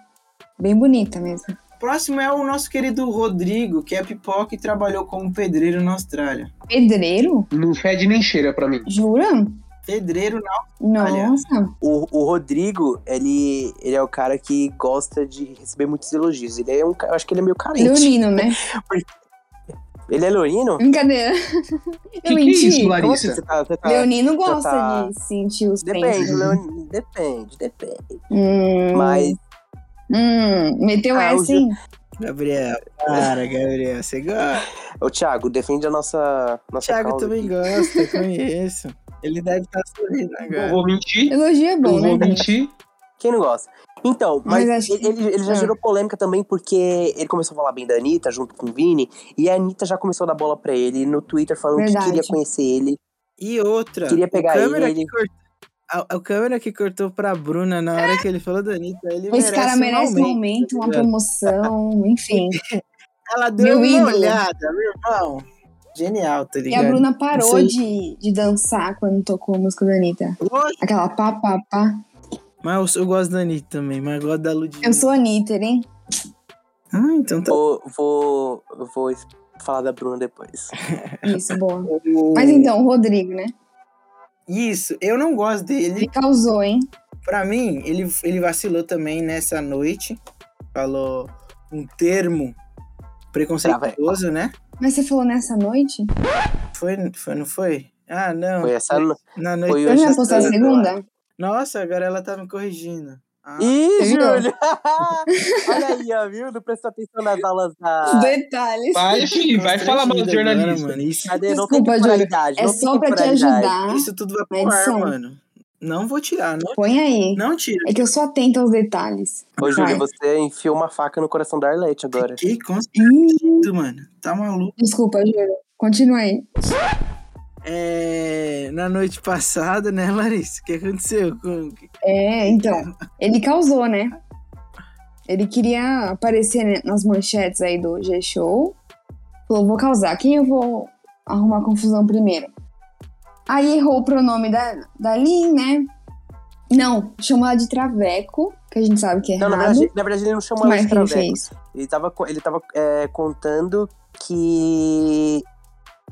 S3: Bem bonita mesmo.
S2: Próximo é o nosso querido Rodrigo, que é pipoca e trabalhou como pedreiro na Austrália.
S3: Pedreiro?
S1: Não fede nem cheira pra mim.
S3: Jura?
S2: Pedreiro na
S3: Nossa.
S4: O, o Rodrigo, ele, ele é o cara que gosta de receber muitos elogios. Ele é um ca- Eu acho que ele é meio carente.
S3: Leonino, né?
S4: Ele é leonino?
S3: Brincadeira.
S1: que é isso, Larissa?
S4: Como assim você tá- você tá-
S3: Leonino gosta
S4: tá-
S3: de sentir os
S4: Depende,
S3: peitos.
S4: leonino. Depende, depende.
S3: né? Hum,
S4: Mas
S3: hum, meteu
S4: Ah,
S3: essa,
S4: o
S3: hein?
S2: Gabriel, cara, Gabriel, você gosta?
S4: Ô, Thiago, defende a nossa,
S2: O
S4: nossa
S2: Thiago
S4: causa
S2: também
S4: aqui.
S2: gosta, conheço. Ele deve estar sorrindo
S1: Não
S2: agora.
S1: vou mentir.
S3: Elogio é bom,
S1: Não
S3: né?
S1: vou
S3: cara?
S1: mentir.
S4: Quem não gosta? Então, mas,
S3: Mas acho que-
S4: ele, ele- ele já
S3: Ah.
S4: gerou polêmica também porque ele começou a falar bem da Anitta junto com o Vini e a Anitta já começou a dar bola pra ele no Twitter falando que
S3: Verdade.
S4: queria conhecer ele.
S2: E outra,
S4: Queria pegar
S2: o câmera
S4: ele.
S2: que cortou. A, a câmera que cortou pra Bruna na hora que ele falou da Anitta, ele
S3: Esse cara merece um aumento,
S2: tá
S3: uma
S2: ligado?
S3: promoção, enfim.
S2: Ela deu
S3: Meu
S2: uma
S3: ídolo.
S2: olhada, meu irmão. Genial, tá
S3: E a
S2: ligado?
S3: Bruna
S2: Isso
S3: parou
S2: aí.
S3: de, de dançar quando tocou a música da Anitta.
S2: Oi,
S3: Aquela pá, pá, pá.
S2: Mas eu, eu gosto da Anitta também, mas eu gosto da Ludmilla.
S3: Eu sou a Anitta, hein?
S2: Ah, então tá.
S4: Vou, vou, vou falar da Bruna depois.
S3: Ah, Isso, boa. Mas então, o Rodrigo, né?
S2: Isso, eu não gosto dele.
S3: Ele causou, hein?
S2: Pra mim, ele, ele vacilou também nessa noite. Falou um termo
S4: Ah,
S2: preconceituoso, né?
S3: Mas você falou nessa noite?
S2: Foi, foi, não foi? Ah, não.
S4: Foi essa no-
S2: Na noite.
S4: foi
S3: Eu
S4: hoje
S3: já
S4: às
S3: postar a
S4: três,
S3: segunda?
S2: Nossa, agora ela tá me corrigindo. Ah,
S4: Ih,
S3: Entendeu?
S4: Júlio! Olha aí, ó, viu? Não prestou atenção nas aulas da.
S3: Detalhes.
S1: Vai, filho, vai falar mal do
S2: constrangido é agora,
S1: jornalista.
S2: mano. Isso,
S4: Cadê? Não tem
S3: Desculpa, Júlio.
S4: temporalidade.
S3: É
S4: não tem
S3: só pra te
S4: temporalidade.
S3: ajudar.
S2: isso tudo vai pro
S3: Mas
S2: ar,
S3: são.
S2: mano. Não vou tirar, não,
S3: Põe aí.
S2: não tira.
S3: É que eu sou atenta aos detalhes.
S4: Ô, Júlio,
S3: Vai.
S4: você enfiou uma faca no coração da Arlete agora.
S2: Que constrangido, mano. Tá maluco.
S3: Desculpa, Júlio. Continua aí.
S2: É, na noite passada, né, Larissa? O que aconteceu? Com...
S3: É, então. Ele causou, né? Ele queria aparecer né, nas manchetes aí do G-Show. Falou, vou causar. Quem eu vou arrumar confusão primeiro? Aí errou o pronome da, da Lin, né? Não, chamou ela de Traveco, que a gente sabe que é
S4: Não,
S3: errado.
S4: na verdade, na verdade ele não chamou
S3: O que
S4: ela
S3: mais
S4: de
S3: que ele
S4: traveco.
S3: fez?
S4: Ele tava, co- ele tava é, contando que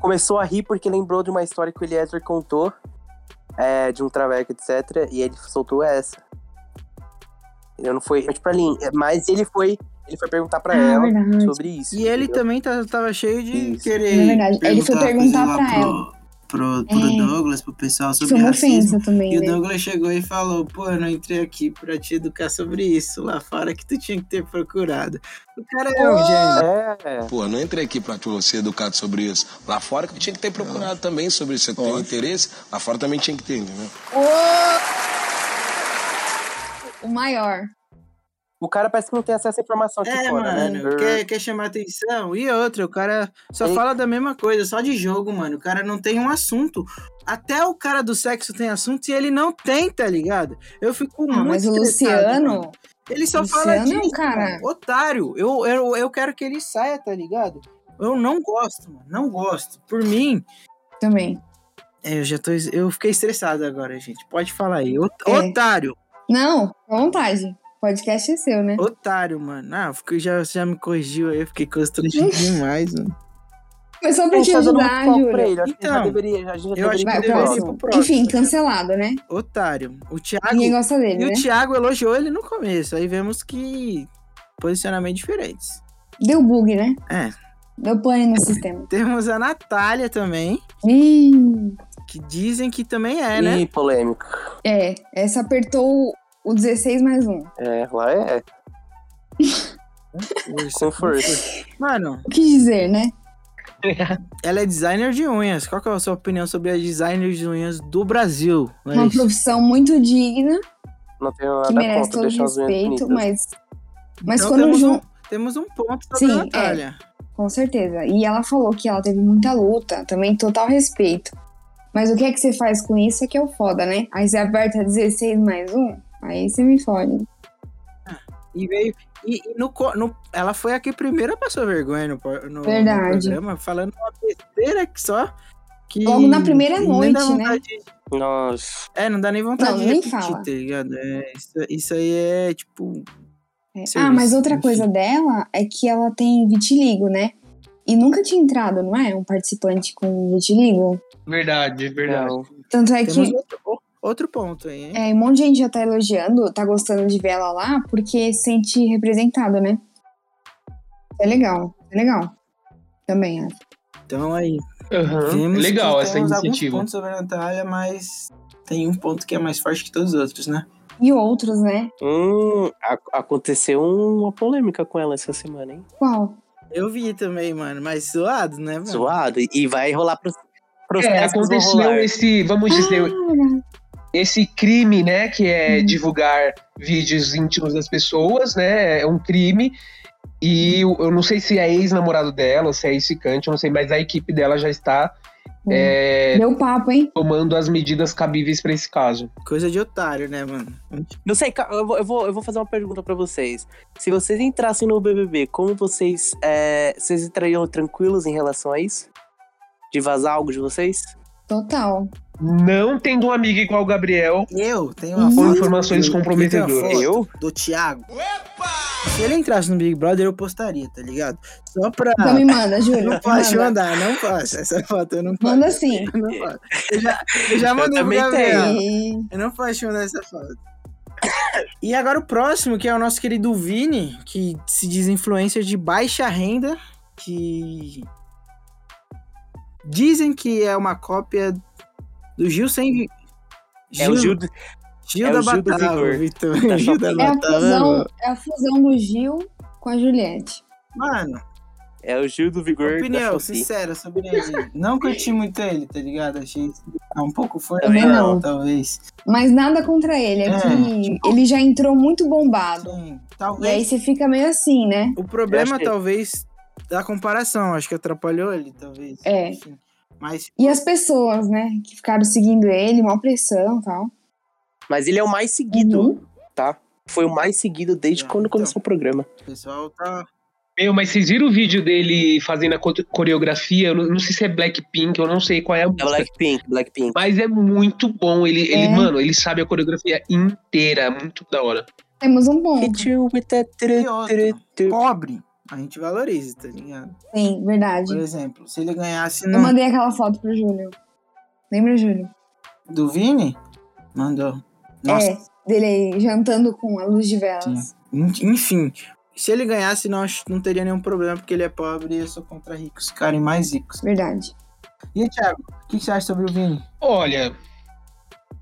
S4: começou a rir porque lembrou de uma história que o Eliezer contou, é, de um traveco, etc. E ele soltou essa. Ele não foi. Tipo, ali, mas ele foi. Ele foi perguntar pra
S3: Ah,
S4: É, ela
S3: verdade.
S4: sobre isso.
S2: E ele
S4: entendeu?
S2: também tá- tava cheio de
S4: Isso.
S2: querer.
S3: Na verdade, ele foi perguntar
S2: coisa lá
S3: pra
S2: Pro, pro, pro
S3: É.
S2: Douglas, pro pessoal sobre
S3: Foi uma
S2: racismo.
S3: ofensa também,
S2: E o
S3: né?
S2: Douglas chegou e falou: Pô, eu não entrei aqui pra te educar sobre isso. Lá fora que tu tinha que ter procurado. O cara é um gênio.
S4: É.
S9: Pô, eu não entrei aqui pra você educado sobre isso. Lá fora que eu tinha que ter procurado também sobre isso. Se eu tenho interesse, lá fora também tinha que ter, entendeu?
S3: O maior.
S4: O cara parece que não tem acesso à informação aqui
S2: É,
S4: fora,
S2: mano,
S4: né?
S2: quer, quer chamar atenção. E outra, o cara só
S4: Ele-
S2: fala da mesma coisa, só de jogo, mano. O cara não tem um assunto. Até o cara do sexo tem assunto e ele não tem, tá ligado? Eu fico
S3: Ah,
S2: muito.
S3: mas o
S2: estressado,
S3: Luciano,
S2: mano. Ele só
S3: Luciano
S2: fala
S3: é um
S2: disso,
S3: cara-
S2: mano. Otário. Eu, eu, eu quero que ele saia, tá ligado? Eu não gosto, mano. Não gosto. Por mim,
S3: também.
S2: é, eu já tô. Eu fiquei estressado agora, gente. Pode falar aí. Ot-
S3: É.
S2: Otário.
S3: Não, à vontade. O podcast é seu, né?
S2: Otário, mano. Ah, eu fiquei- já, você já me corrigiu aí. Eu fiquei constrangido demais, mano.
S3: Foi só pra
S4: Ele
S3: te
S4: tá dando
S3: ajudar,
S4: muito palco pra
S3: Júlio.
S4: ele. Eu acho que ele já
S2: Então,
S4: deveria, a gente já
S2: eu acho
S4: deveria
S2: que
S3: Vai,
S4: ter
S2: ele deveria
S4: próximo.
S2: ir pro
S3: próximo.
S2: próximo.
S3: Enfim, cancelado, né?
S2: Otário. O Thiago.
S3: Ninguém gosta dele,
S2: E o
S3: né?
S2: Thiago elogiou ele no começo. Aí vemos que. Posicionamentos diferentes.
S3: Deu bug, né?
S2: É.
S3: Deu pane no sistema.
S2: Temos a Natália também,
S3: Ih,
S2: que dizem que também é, né?
S4: Ih, polêmico.
S3: é, essa apertou o- o 16 mais um.
S4: É, lá é. Com força.
S2: Mano,
S3: O que dizer, né?
S2: Ela é designer de unhas. Qual que é a sua opinião sobre a designer de unhas do Brasil?
S4: É
S3: Uma
S2: Larissa?
S3: profissão muito digna,
S4: Não tenho
S3: que
S4: nada
S3: merece
S4: contra
S3: todo
S4: deixar tá as unhas
S3: respeito,
S4: bonitas.
S3: mas. Mas
S2: Então
S3: quando
S2: temos
S3: jun...
S2: um, temos um ponto sobre
S3: Sim, é.
S2: a Natália.
S3: Com certeza. E ela falou que ela teve muita luta, também total respeito. Mas o que é que você faz com isso é que é o foda, né? Aí você aperta 16 mais um, aí você me fode.
S2: E veio. E, e no, co- no- ela foi a que primeiro passou vergonha no, po- no, no
S3: Verdade.
S2: programa, falando uma besteira que só. Que
S3: Logo na primeira
S2: nem dá
S3: noite, né?
S2: vontade de-
S4: Nossa.
S2: É, não dá nem vontade
S3: Não,
S2: de
S3: nem
S2: repetir,
S3: fala.
S2: tá ligado? É, isso, isso aí é tipo.
S3: É.
S2: Serviço,
S3: Ah, mas outra
S2: enfim.
S3: coisa dela é que ela tem vitiligo, né? E nunca tinha entrado, não é? Um participante com vitiligo.
S5: Verdade, verdade.
S4: Não.
S3: Tanto é
S2: Temos
S3: que
S2: outro, o- outro ponto aí, hein?
S3: é, um monte de gente já tá elogiando, tá gostando de ver ela lá, porque se sente representada, né? É legal, é legal. Também acho.
S2: Então aí.
S5: Aham.
S2: Vimos
S5: Hum, Legal
S2: que
S5: essa
S2: temos
S5: iniciativa.
S2: alguns pontos sobre a Natália, mas tem um ponto que é mais forte que todos os outros, né?
S3: E outros, né?
S4: Hum, a- aconteceu uma polêmica com ela essa semana, hein?
S3: Qual?
S2: Eu vi também, mano, mas zoado, né, mano?
S4: Zoado. E- E vai rolar pro,
S5: É,
S4: processo.
S5: aconteceu esse, vamos dizer, esse crime, né, que é divulgar vídeos íntimos das pessoas, né, é um crime. E eu eu não sei se é ex-namorado dela, ou se é ex-ficante, eu não sei, mas a equipe dela já está
S3: Hum.
S5: é,
S3: Deu papo, hein?
S5: tomando as medidas cabíveis para esse caso.
S2: Coisa de otário, né, mano?
S4: Não sei, ca- eu vou, eu vou, eu vou fazer uma pergunta pra vocês. Se vocês entrassem no BBB, como vocês. é, vocês entrariam tranquilos em relação a isso? De vazar algo de vocês?
S3: Total.
S5: Não tendo um amigo igual o Gabriel,
S2: Eu tenho uma
S3: Hum.
S5: com
S2: foto.
S5: informações
S2: eu tenho uma
S5: comprometedoras.
S2: foto.
S4: Eu?
S2: do Thiago. Se ele entrasse no Big Brother, eu postaria, tá ligado? Só pra.
S3: Então me manda, Júlio.
S2: Ah. Não posso
S3: manda.
S2: mandar, não posso. Essa foto eu não posso.
S3: Manda sim.
S2: Eu, não posso. eu já, eu já mandei pro
S4: também
S2: Gabriel.
S3: E-
S2: Eu não posso te mandar essa foto. E agora o próximo, que é o nosso querido Vini, que se diz influencer de baixa renda, que dizem que é uma cópia do Gil sem... Vi-
S4: É o Gil.
S2: Gil
S4: é
S2: da
S4: o Gil do
S2: Batava,
S4: Vigor.
S2: Vitor.
S4: Tá
S2: Gil da
S4: chapado.
S3: É a,
S2: um
S3: fusão,
S2: Batava.
S3: é a fusão do Gil com a Juliette.
S2: Mano,
S4: É o Gil do Vigor. da
S2: opinião
S4: Shopee.
S2: sincera sobre ele. Não curti muito ele, tá ligado? Achei ah, um pouco fora
S4: Também
S2: do
S3: não.
S2: real, talvez.
S3: Mas nada contra ele. É
S2: É,
S3: que ele já entrou muito bombado.
S2: Sim,
S3: E aí
S2: talvez.
S3: você fica meio assim, né?
S2: O problema,
S4: que-
S2: talvez, da comparação. Acho que atrapalhou ele, talvez.
S3: É.
S2: Enfim. Mas
S3: E as pessoas, né? Que ficaram seguindo ele, maior pressão e tal.
S4: Mas ele é o mais seguido,
S3: Uhum.
S4: tá? Foi o mais seguido desde
S2: Ah,
S4: quando
S2: então.
S4: começou o programa.
S2: o pessoal tá.
S5: Meu, mas vocês viram o vídeo dele fazendo a co- coreografia? Eu não, não sei se é Blackpink, eu não sei qual é a
S4: É
S5: música.
S4: Blackpink, Blackpink.
S5: Mas é muito bom. Ele, ele
S3: É.
S5: mano, ele sabe a coreografia inteira. é Muito da hora.
S3: Temos um ponto.
S4: Hit you with that tá tru-
S2: E outro.
S4: tru- tru-
S2: né? Pobre. A gente valoriza, tá ligado?
S3: Sim, verdade.
S2: Por exemplo, se ele ganhasse
S3: Eu
S2: no...
S3: mandei aquela foto pro Júlio. Lembra, Júlio?
S2: do Vini, mandou. Nossa,
S3: É, dele aí, jantando com a luz de velas.
S2: en- enfim. Se ele ganhasse, não, ach- não teria nenhum problema, porque ele é pobre e eu sou contra ricos ficarem mais ricos.
S3: Verdade.
S2: E aí, Thiago, o que que você acha sobre o Vini?
S5: Olha,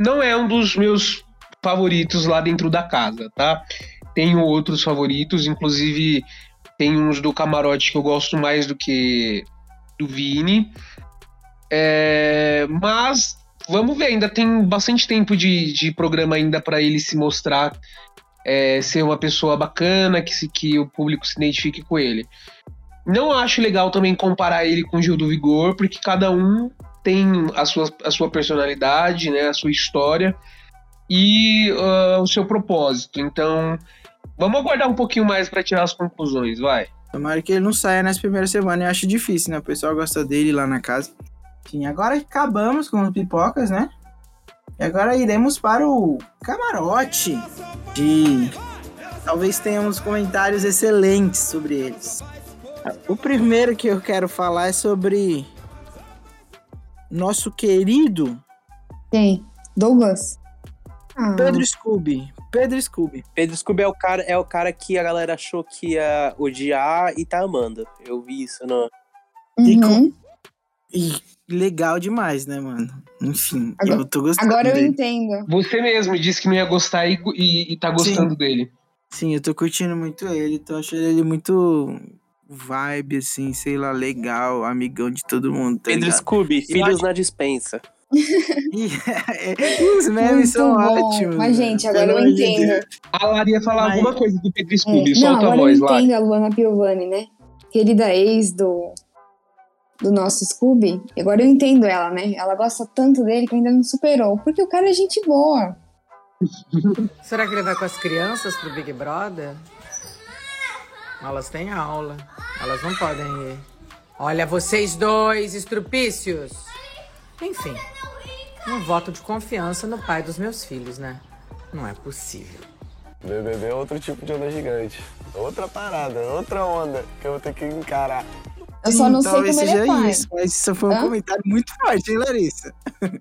S5: não é um dos meus favoritos lá dentro da casa, tá? Tenho outros favoritos, inclusive tem uns do camarote que eu gosto mais do que do Vini. É, mas vamos ver, ainda tem bastante tempo de, de programa ainda para ele se mostrar é, ser uma pessoa bacana, que, se, que o público se identifique com ele. Não acho legal também comparar ele com o Gil do Vigor, porque cada um tem a sua, a sua personalidade, né, a sua história e ah, o seu propósito. Então, vamos aguardar um pouquinho mais para tirar as conclusões, vai.
S2: Tomara que ele não saia nas primeiras semanas. Eu acho difícil, né? O pessoal gosta dele lá na casa. Sim, agora acabamos com as pipocas, né? E agora iremos para o camarote. De. Talvez tenhamos comentários excelentes sobre eles. O primeiro que eu quero falar é sobre. Nosso querido
S3: Quem? Douglas? Ah,
S2: Pedro Scooby. Pedro Scooby.
S4: Pedro Scooby é o, cara, é o cara que a galera achou que ia odiar e tá amando. Eu vi isso no.
S3: uhum.
S2: E legal demais, né, mano? Enfim,
S3: Agora-
S2: eu tô gostando.
S3: Agora eu
S2: dele.
S3: entendo.
S5: Você mesmo disse que não ia gostar e, e, e tá gostando dele.
S2: Sim, eu tô curtindo muito ele, tô achando ele muito vibe, assim, sei lá, legal, amigão de todo mundo. Tá
S4: Pedro
S2: ligado?
S4: Scooby, filhos
S2: acho-
S4: na dispensa.
S2: E é, os memes são ótimos. né?
S3: Mas,
S2: velho.
S3: gente, agora
S2: Pelo
S3: eu
S2: amor de
S3: entendo.
S2: Deus.
S5: A Lari ia falar
S2: Mas-
S5: alguma coisa do Pedro
S3: É,
S5: Scooby,
S3: não,
S5: solta a
S3: agora
S5: voz,
S3: eu
S5: Lari.
S3: entendo a Luana Piovani, né? Querida ex do, do nosso Scooby. Agora eu entendo ela, né? Ela gosta tanto dele que ainda não superou. Porque o cara é gente boa.
S10: Será que ele vai com as crianças pro Big Brother? Elas têm aula. Elas não podem ir. Olha, vocês dois, estrupícios. Enfim, um voto de confiança no pai dos meus filhos, né? Não é possível.
S11: BBB é outro tipo de onda gigante. Outra parada, outra onda que eu vou ter que encarar.
S3: Eu só não sei
S2: Talvez
S3: como ele é
S2: seja
S3: pai.
S2: isso, mas isso foi um
S3: Hã?
S2: comentário muito forte, hein, Larissa?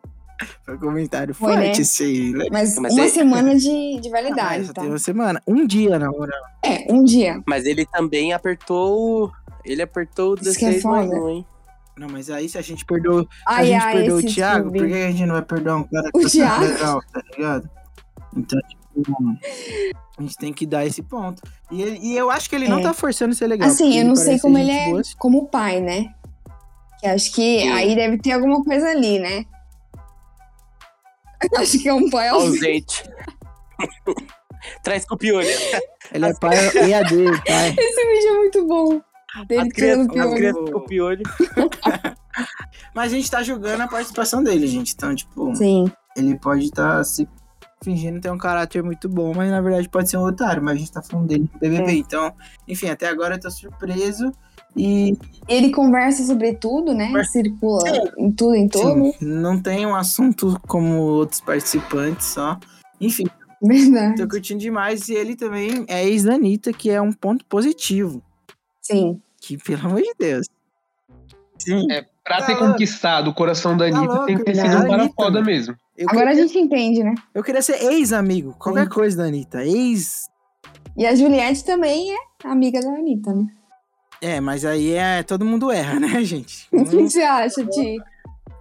S2: foi um comentário
S3: Foi, né?
S2: forte esse aí, Larissa.
S3: Mas,
S4: Mas
S3: uma
S4: é-
S3: semana de, de
S2: Ah,
S3: validade,
S2: só
S3: tá?
S2: tem uma semana. Um dia, na moral.
S3: É, um dia.
S4: Mas ele também apertou. Ele apertou o
S3: Isso que é
S4: 16 mais
S3: foda.
S4: um, hein?
S2: Não, mas aí se a gente perdoou, se
S3: Ai,
S2: a gente
S3: ai,
S2: perdoou o
S3: esse
S2: Thiago,
S3: Scooby.
S2: por que a gente não vai perdoar um cara
S3: O
S2: que tá
S3: Thiago?
S2: legal, tá ligado? Então, tipo, a gente tem que dar esse ponto. E, ele- e eu acho que ele não
S3: É.
S2: tá forçando ser legal.
S3: Assim,
S2: porque
S3: eu não sei
S2: parece
S3: como
S2: gente
S3: ele é
S2: boa.
S3: como pai, né? Que acho que aí deve ter alguma coisa ali, né? Acho que é um pai ausente.
S4: Ausente. Traz com o piolho.
S2: Ele
S3: Assim,
S2: é pai EAD, pai.
S3: Esse vídeo é muito bom.
S4: As
S3: Dele
S4: crianças,
S3: tirando
S4: as
S3: piolho.
S4: crianças com o piolho.
S2: Mas a gente tá julgando a participação dele, gente. Então, tipo,
S3: Sim.
S2: ele pode estar se fingindo ter um caráter muito bom, mas na verdade pode ser um otário. Mas a gente tá falando dele no BBB.
S3: É.
S2: Então, enfim, até agora eu tô surpreso. E
S3: Ele conversa sobre tudo, né? Circula
S2: É.
S3: em tudo, em todo.
S2: Sim, não tem um assunto como outros participantes, só. Enfim,
S3: Verdade.
S2: tô curtindo demais. E ele também é ex da Anitta, que é um ponto positivo.
S3: Sim.
S2: Que, pelo amor de Deus. Sim.
S5: É, pra
S2: Tá
S5: ter
S2: louco.
S5: conquistado o coração da
S2: Tá
S5: Anitta, tem que ter
S3: né?
S2: louco,
S5: sido um
S2: cara.
S5: cara
S2: Anitta,
S5: foda
S2: mano.
S5: mesmo.
S2: Eu,
S3: Agora a
S2: queria,
S3: gente entende, né?
S2: eu queria ser ex-amigo. Qualquer coisa da Anitta. Ex.
S3: E a Juliette também é amiga da Anitta, né?
S2: É, mas aí é todo mundo erra, né, gente?
S3: O que
S2: Não,
S3: você acha, Ti?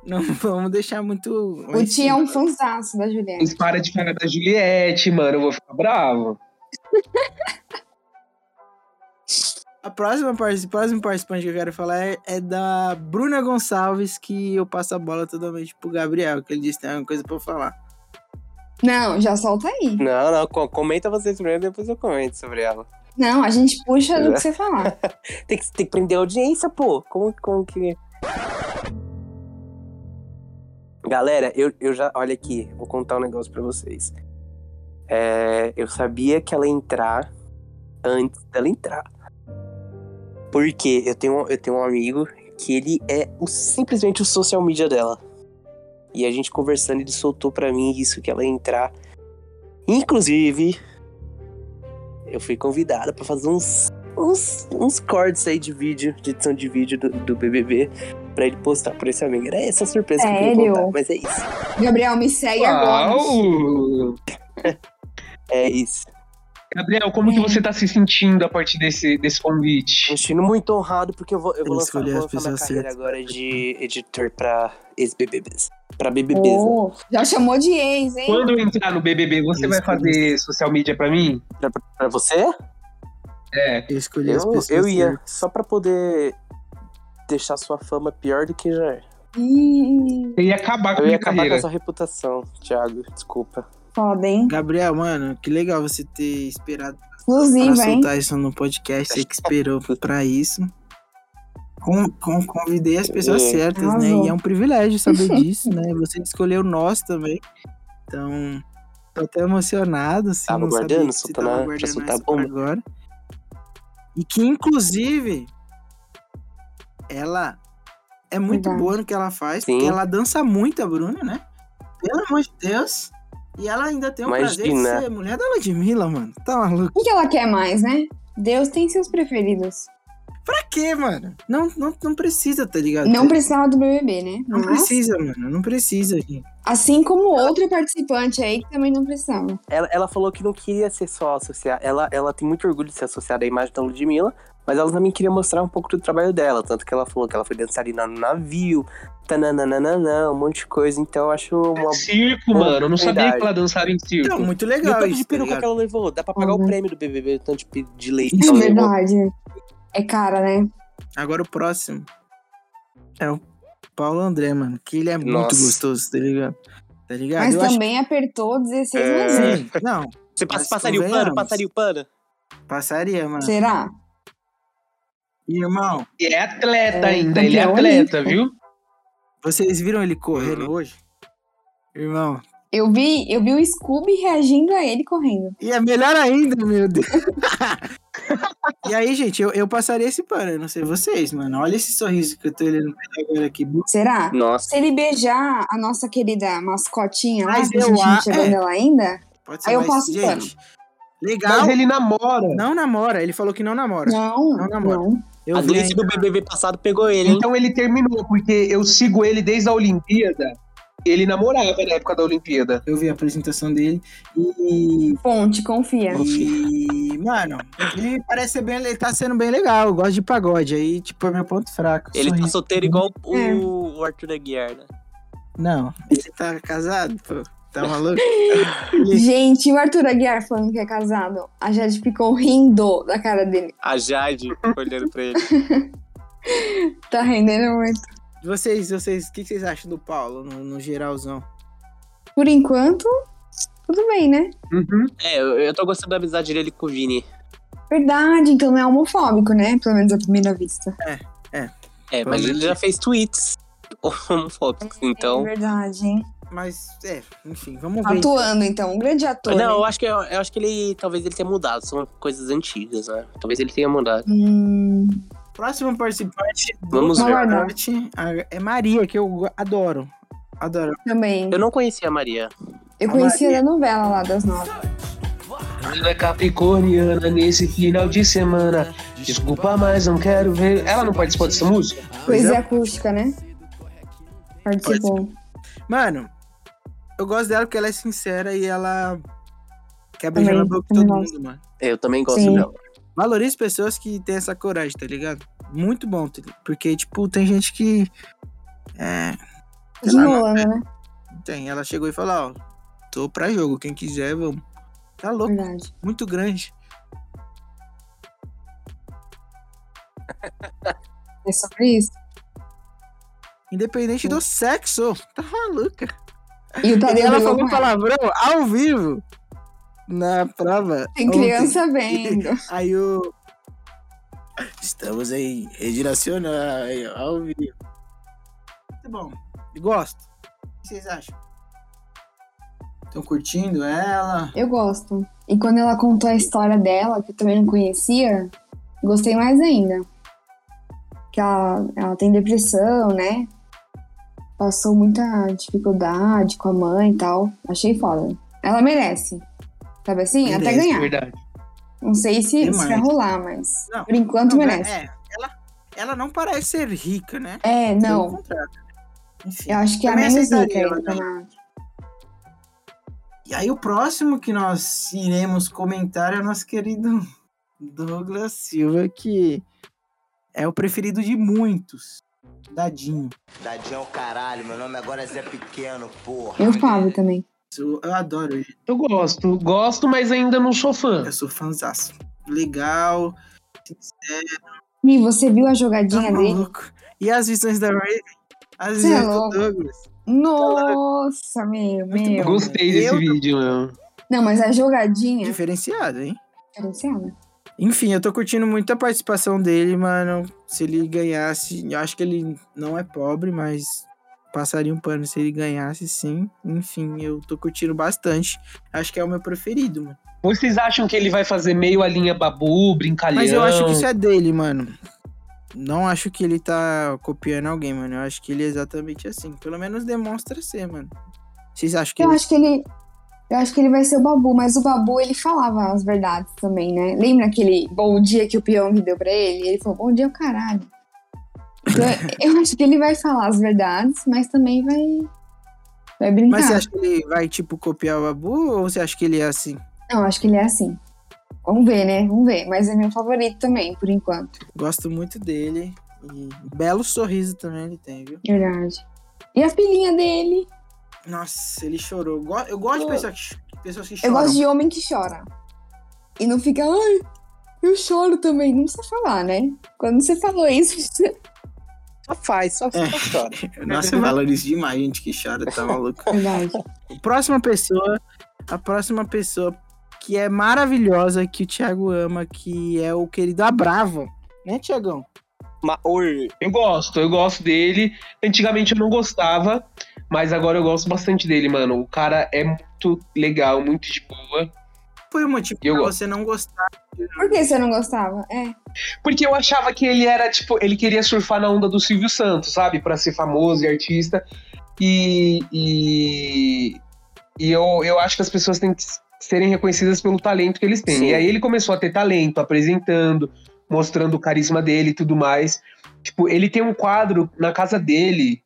S2: não vamos deixar muito.
S3: O Ti é um fanzaço da Juliette.
S5: Mas para de falar da Juliette, mano, eu vou ficar bravo.
S2: A próxima, parti- próximo participante que eu quero falar é, é da Bruna Gonçalves, que eu passo a bola totalmente pro Gabriel, que ele disse que tem alguma coisa pra eu falar.
S3: Não, já solta aí.
S4: Não, não, co- comenta vocês primeiro, depois eu comento sobre ela.
S3: Não, a gente puxa do que você falar.
S4: Tem que, tem que prender a audiência, pô. Como, como que. Galera, eu, eu já. Olha aqui, vou contar um negócio pra vocês. É, eu sabia que ela ia entrar antes dela entrar. Porque eu tenho, eu tenho um amigo que ele é o- simplesmente o social media dela. E a gente conversando, ele soltou pra mim isso que ela ia entrar. Inclusive, eu fui convidado pra fazer uns uns, uns cortes aí de vídeo, de edição de vídeo do, do BBB, pra ele postar pra esse amigo. Era essa a surpresa que eu queria
S3: Sério?
S4: contar, mas é isso.
S3: Gabriel, me segue agora.
S5: Uau!
S4: É isso.
S5: Gabriel, como
S3: É.
S5: que você tá se sentindo a partir desse, desse convite?
S4: Me sentindo muito honrado, porque eu vou, eu
S2: Eu
S4: vou lançar,
S2: escolhi
S4: vou
S2: as
S4: lançar minha
S2: pessoas
S4: carreira
S2: certas.
S4: agora de editor pra ex-BBBs. Pra BBBs, né?
S3: Pô, Oh, já chamou de ex, hein?
S5: Quando eu entrar no BBB, você
S2: Isso,
S5: vai fazer social media pra mim?
S4: Pra, pra você?
S5: É.
S2: Eu escolhi
S4: Eu,
S2: as pessoas.
S4: eu ia.
S2: certas.
S4: Só pra poder deixar sua fama pior do que já é.
S3: Ih,
S5: Você ia
S2: Tá
S5: acabar com a
S4: Eu ia
S5: minha
S4: acabar com
S5: carreira.
S4: a sua reputação, Thiago. Desculpa.
S3: foda, hein?
S2: Gabriel, mano, que legal você ter esperado pra
S3: Exclusiva, hein?
S2: soltar isso no podcast. Você que esperou pra isso. Com, com- convidei as pessoas
S4: É.
S2: certas, né?
S3: Arrasou.
S2: E é um privilégio saber disso, né? Você escolheu nós também. Então, tô até emocionado. Assim,
S4: Tava
S2: não sabia
S4: guardando,
S2: que você
S4: soltando
S2: tava
S4: a- pra
S2: guardando
S4: soltar a
S2: essa pra
S4: bomba.
S2: agora. E que, inclusive, ela é muito
S3: Verdade.
S2: boa no que ela faz,
S4: Sim.
S2: porque ela dança muito, a Bruna, né? Pelo amor de Deus. E ela ainda tem o prazer
S4: Imagina.
S2: de ser mulher da Ludmilla, mano. Tá maluco?
S3: O que ela quer mais, né? Deus tem seus preferidos.
S2: Pra quê, mano? Não, não, não precisa, tá ligado?
S3: Não precisava do BBB, né?
S2: Não
S3: Mas,
S2: precisa, mano. Não precisa, gente.
S3: Assim como outra participante aí que também não precisava.
S4: Ela, ela falou que não queria ser só associada. Ela, ela tem muito orgulho de ser associada à imagem da Ludmilla, mas ela também queria mostrar um pouco do trabalho dela. Tanto que ela falou que ela foi dançarina no navio, tananana, um monte de coisa. Então eu acho uma.
S5: Circo,
S4: Uma
S5: mano. Eu não sabia
S4: oportunidade.
S5: que ela dançava em circo.
S2: Então, muito
S4: E o
S2: legal
S4: tanto
S2: isso,
S4: de
S2: tá
S4: peruca
S2: ligado?
S4: que ela levou. Dá pra pagar
S3: Uhum.
S4: o prêmio do BBB, o tanto de, pe- de leite que
S3: É
S4: ela levou.
S3: verdade. É cara, né?
S2: Agora o próximo é o Paulo André, mano. Que ele é muito
S4: Nossa.
S2: gostoso, tá ligado? Tá ligado?
S3: Mas
S2: Eu acho-
S3: também apertou 16
S2: É.
S3: meses.
S2: Não.
S4: Você passa-
S2: Mas
S4: passaria o pano?
S2: convenhamos.
S4: Passaria o pano?
S2: Passaria, mano.
S3: um. Será?
S2: Irmão.
S5: E é atleta ainda, ele é atleta, viu?
S2: Vocês viram ele correndo hoje? Irmão.
S3: Eu vi, eu vi o Scooby reagindo a ele correndo.
S2: E é melhor ainda, meu Deus. E aí, gente, eu, eu passaria esse pano, eu não sei vocês, mano. Olha esse sorriso que eu tô olhando pra ele agora aqui.
S3: Será?
S4: Nossa.
S3: Se ele beijar a nossa querida mascotinha lá,
S2: Mas
S3: que a
S2: eu
S3: gente não
S2: a-
S3: chegou
S2: é.
S3: nela ainda,
S2: Pode
S3: aí eu
S2: mais-
S3: passo o pano.
S2: gente. Legal.
S5: Mas é- ele namora.
S2: Não namora, ele falou que não namora.
S3: Não,
S2: não namora. Eu
S4: a
S2: vi
S4: Gleice
S2: aí.
S4: do BBB passado pegou ele, hein?
S5: Então ele terminou, porque eu sigo ele desde a Olimpíada. Ele namorava na época da Olimpíada.
S2: Eu vi a apresentação dele e.
S3: Ponte, confia.
S2: e, mano, ele parece ser bem. Ele tá sendo bem legal. Eu gosto de pagode. Aí, tipo, é meu ponto fraco.
S3: Então,
S4: Ele tá
S2: sorriso.
S4: solteiro igual o,
S3: É.
S4: o Arthur Aguiar, né?
S2: Não, ele tá casado, pô. Tá maluco?
S3: Gente, e o Arthur Aguiar falando que é casado. A Jade ficou rindo da cara dele.
S4: A Jade olhando pra ele.
S3: Tá rendendo muito.
S2: vocês, vocês, o que vocês acham do Paulo no, no geralzão?
S3: Por enquanto, tudo bem, né?
S5: Uhum.
S4: É, eu, eu tô gostando da amizade dele com o Vini.
S3: Verdade, então não é homofóbico, né? Pelo menos à primeira vista.
S4: É, mas ele já fez tweets homofóbicos,
S3: É,
S4: então...
S3: Verdade, hein?
S2: Mas, é, enfim, vamos ver.
S3: Atuando, então. Um grande ator.
S4: Não, eu
S3: né?
S4: acho que eu, eu acho que ele talvez ele tenha mudado, são coisas antigas, né? Talvez ele tenha mudado.
S3: Hum,
S2: Próximo participante do
S4: Vamos ver.
S2: Norte é Maria, que eu go- adoro. Adoro.
S3: também.
S4: Eu não conhecia a Maria.
S3: Eu
S2: A
S3: conhecia da novela lá das nove.
S2: Ah,
S5: Ana é Capricorniana nesse final de semana. Desculpa, mas não quero ver. Ela não participou dessa música?
S3: Poesia acústica, né? Participou.
S2: Mano, eu gosto dela porque ela é sincera e ela quer
S3: Também,
S2: beijar na boca de
S3: também
S2: todo
S3: gosto.
S2: mundo, mano.
S4: É, Eu também gosto
S3: Sim.
S4: dela.
S2: Valorize pessoas que têm essa coragem, tá ligado? Muito bom, tá ligado? porque, tipo, tem gente que. É,
S3: De Holanda, né?
S2: tem. Ela chegou e falou: Ó, tô pra jogo, quem quiser, vamos. Tá louco,
S3: Verdade.
S2: muito grande.
S3: É sobre isso.
S2: Independente do sexo, tá maluca.
S3: E o
S2: E
S3: Tadeu
S2: ela
S3: brigou
S2: falou um
S3: com ela.
S2: palavrão ao vivo na prova.
S3: Tem
S2: ontem.
S3: criança vendo.
S2: Aí o. Estamos aí, redirecionar aí, ó, ao vivo. Muito bom. Gosto. O que vocês acham? Estão curtindo ela?
S3: Eu gosto. E quando ela contou a história dela, que eu também não conhecia, gostei mais ainda. Que ela, ela tem depressão, né? Passou muita dificuldade com a mãe e tal. Achei foda. Ela merece. Sabe assim? Até
S2: Merece,
S3: ganhar.
S5: É Verdade.
S3: Não sei se, se
S2: Demais.
S3: vai rolar, mas
S2: Não,
S3: por enquanto
S2: Não,
S3: merece.
S2: é, ela, ela não parece ser rica, né?
S3: É,
S2: Pelo
S3: não.
S2: contrário. Enfim.
S3: Eu acho que é a
S2: Também
S3: menos rica
S2: aceitaria,
S3: ainda.
S2: né?
S3: na-
S2: E aí o próximo que nós iremos comentar é o nosso querido Douglas Silva, que é o preferido de muitos. Dadinho.
S12: Dadinho é o caralho, meu nome agora é Zé Pequeno, porra.
S3: E o Fábio também.
S2: Eu, eu adoro ele.
S5: Eu gosto, gosto, mas ainda não sou fã.
S2: Eu sou fãzaço. Legal. Sincero.
S3: E você viu a jogadinha
S2: Tá
S3: dele?
S2: maluco. E as visões da Raven? As
S3: Cê é
S2: visões do
S3: louco.
S2: Douglas.
S3: Nossa, meu, meu.
S5: Gostei
S2: Eu
S5: desse
S2: tô-
S5: vídeo, meu.
S3: Não, mas a jogadinha.
S2: Diferenciado, hein?
S3: Diferenciada.
S2: Enfim, eu tô curtindo muito a participação dele, mano. Se ele ganhasse, eu acho que ele não é pobre, mas passaria um pano se ele ganhasse, sim. Enfim, eu tô curtindo bastante. Acho que é o meu preferido, mano.
S5: Vocês acham que ele vai fazer meio a linha babu, brincalhão?
S2: Mas eu acho que isso é dele, mano. Não acho que ele tá copiando alguém, mano. Eu acho que ele é exatamente assim. Pelo menos demonstra ser, mano. Vocês acham que
S3: Eu
S2: ele...
S3: acho que ele. Eu acho que ele vai ser o Babu, mas o Babu ele falava as verdades também, né? Lembra aquele bom dia que o Pyong deu pra ele? Ele falou, bom dia, o caralho. Então, eu acho que ele vai falar as verdades, mas também vai. Vai brincar.
S2: Mas você acha que ele vai, tipo, copiar o Babu ou você acha que ele é assim?
S3: Não, acho que ele é assim. Vamos ver, né? Vamos ver. Mas é meu favorito também, por enquanto.
S2: Gosto muito dele. E belo sorriso também ele tem, viu?
S3: Verdade. E a filhinha dele?
S2: Nossa, ele chorou. Eu, go- eu gosto de pessoas que, ch- pessoas que
S3: Eu
S2: choram.
S3: gosto de homem que chora. E não fica, ai, E o choro também, não precisa falar, né? Quando você falou isso, você...
S4: Só faz, só, só chora.
S2: Nossa, eu valorizo demais gente que chora, tá maluco?
S3: Verdade.
S2: Próxima pessoa, a próxima pessoa que é maravilhosa, que o Thiago ama, que é o querido A Brava, né, Thiagão?
S4: Maor.
S2: é
S5: Eu gosto, eu gosto dele. Antigamente eu não gostava, mas agora eu gosto bastante dele, mano. O cara é muito legal, muito de boa.
S2: Foi o motivo
S5: Eu
S2: pra
S5: gosto.
S2: você não gostar.
S3: Por que você não gostava? É.
S5: Porque eu achava que ele era, tipo, ele queria surfar na onda do Silvio Santos, sabe? Pra ser famoso e artista. E. E, e eu, eu acho que as pessoas têm que serem reconhecidas pelo talento que eles têm.
S4: Sim.
S5: E aí ele começou a ter talento, apresentando, mostrando o carisma dele e tudo mais. Tipo, ele tem um quadro na casa dele,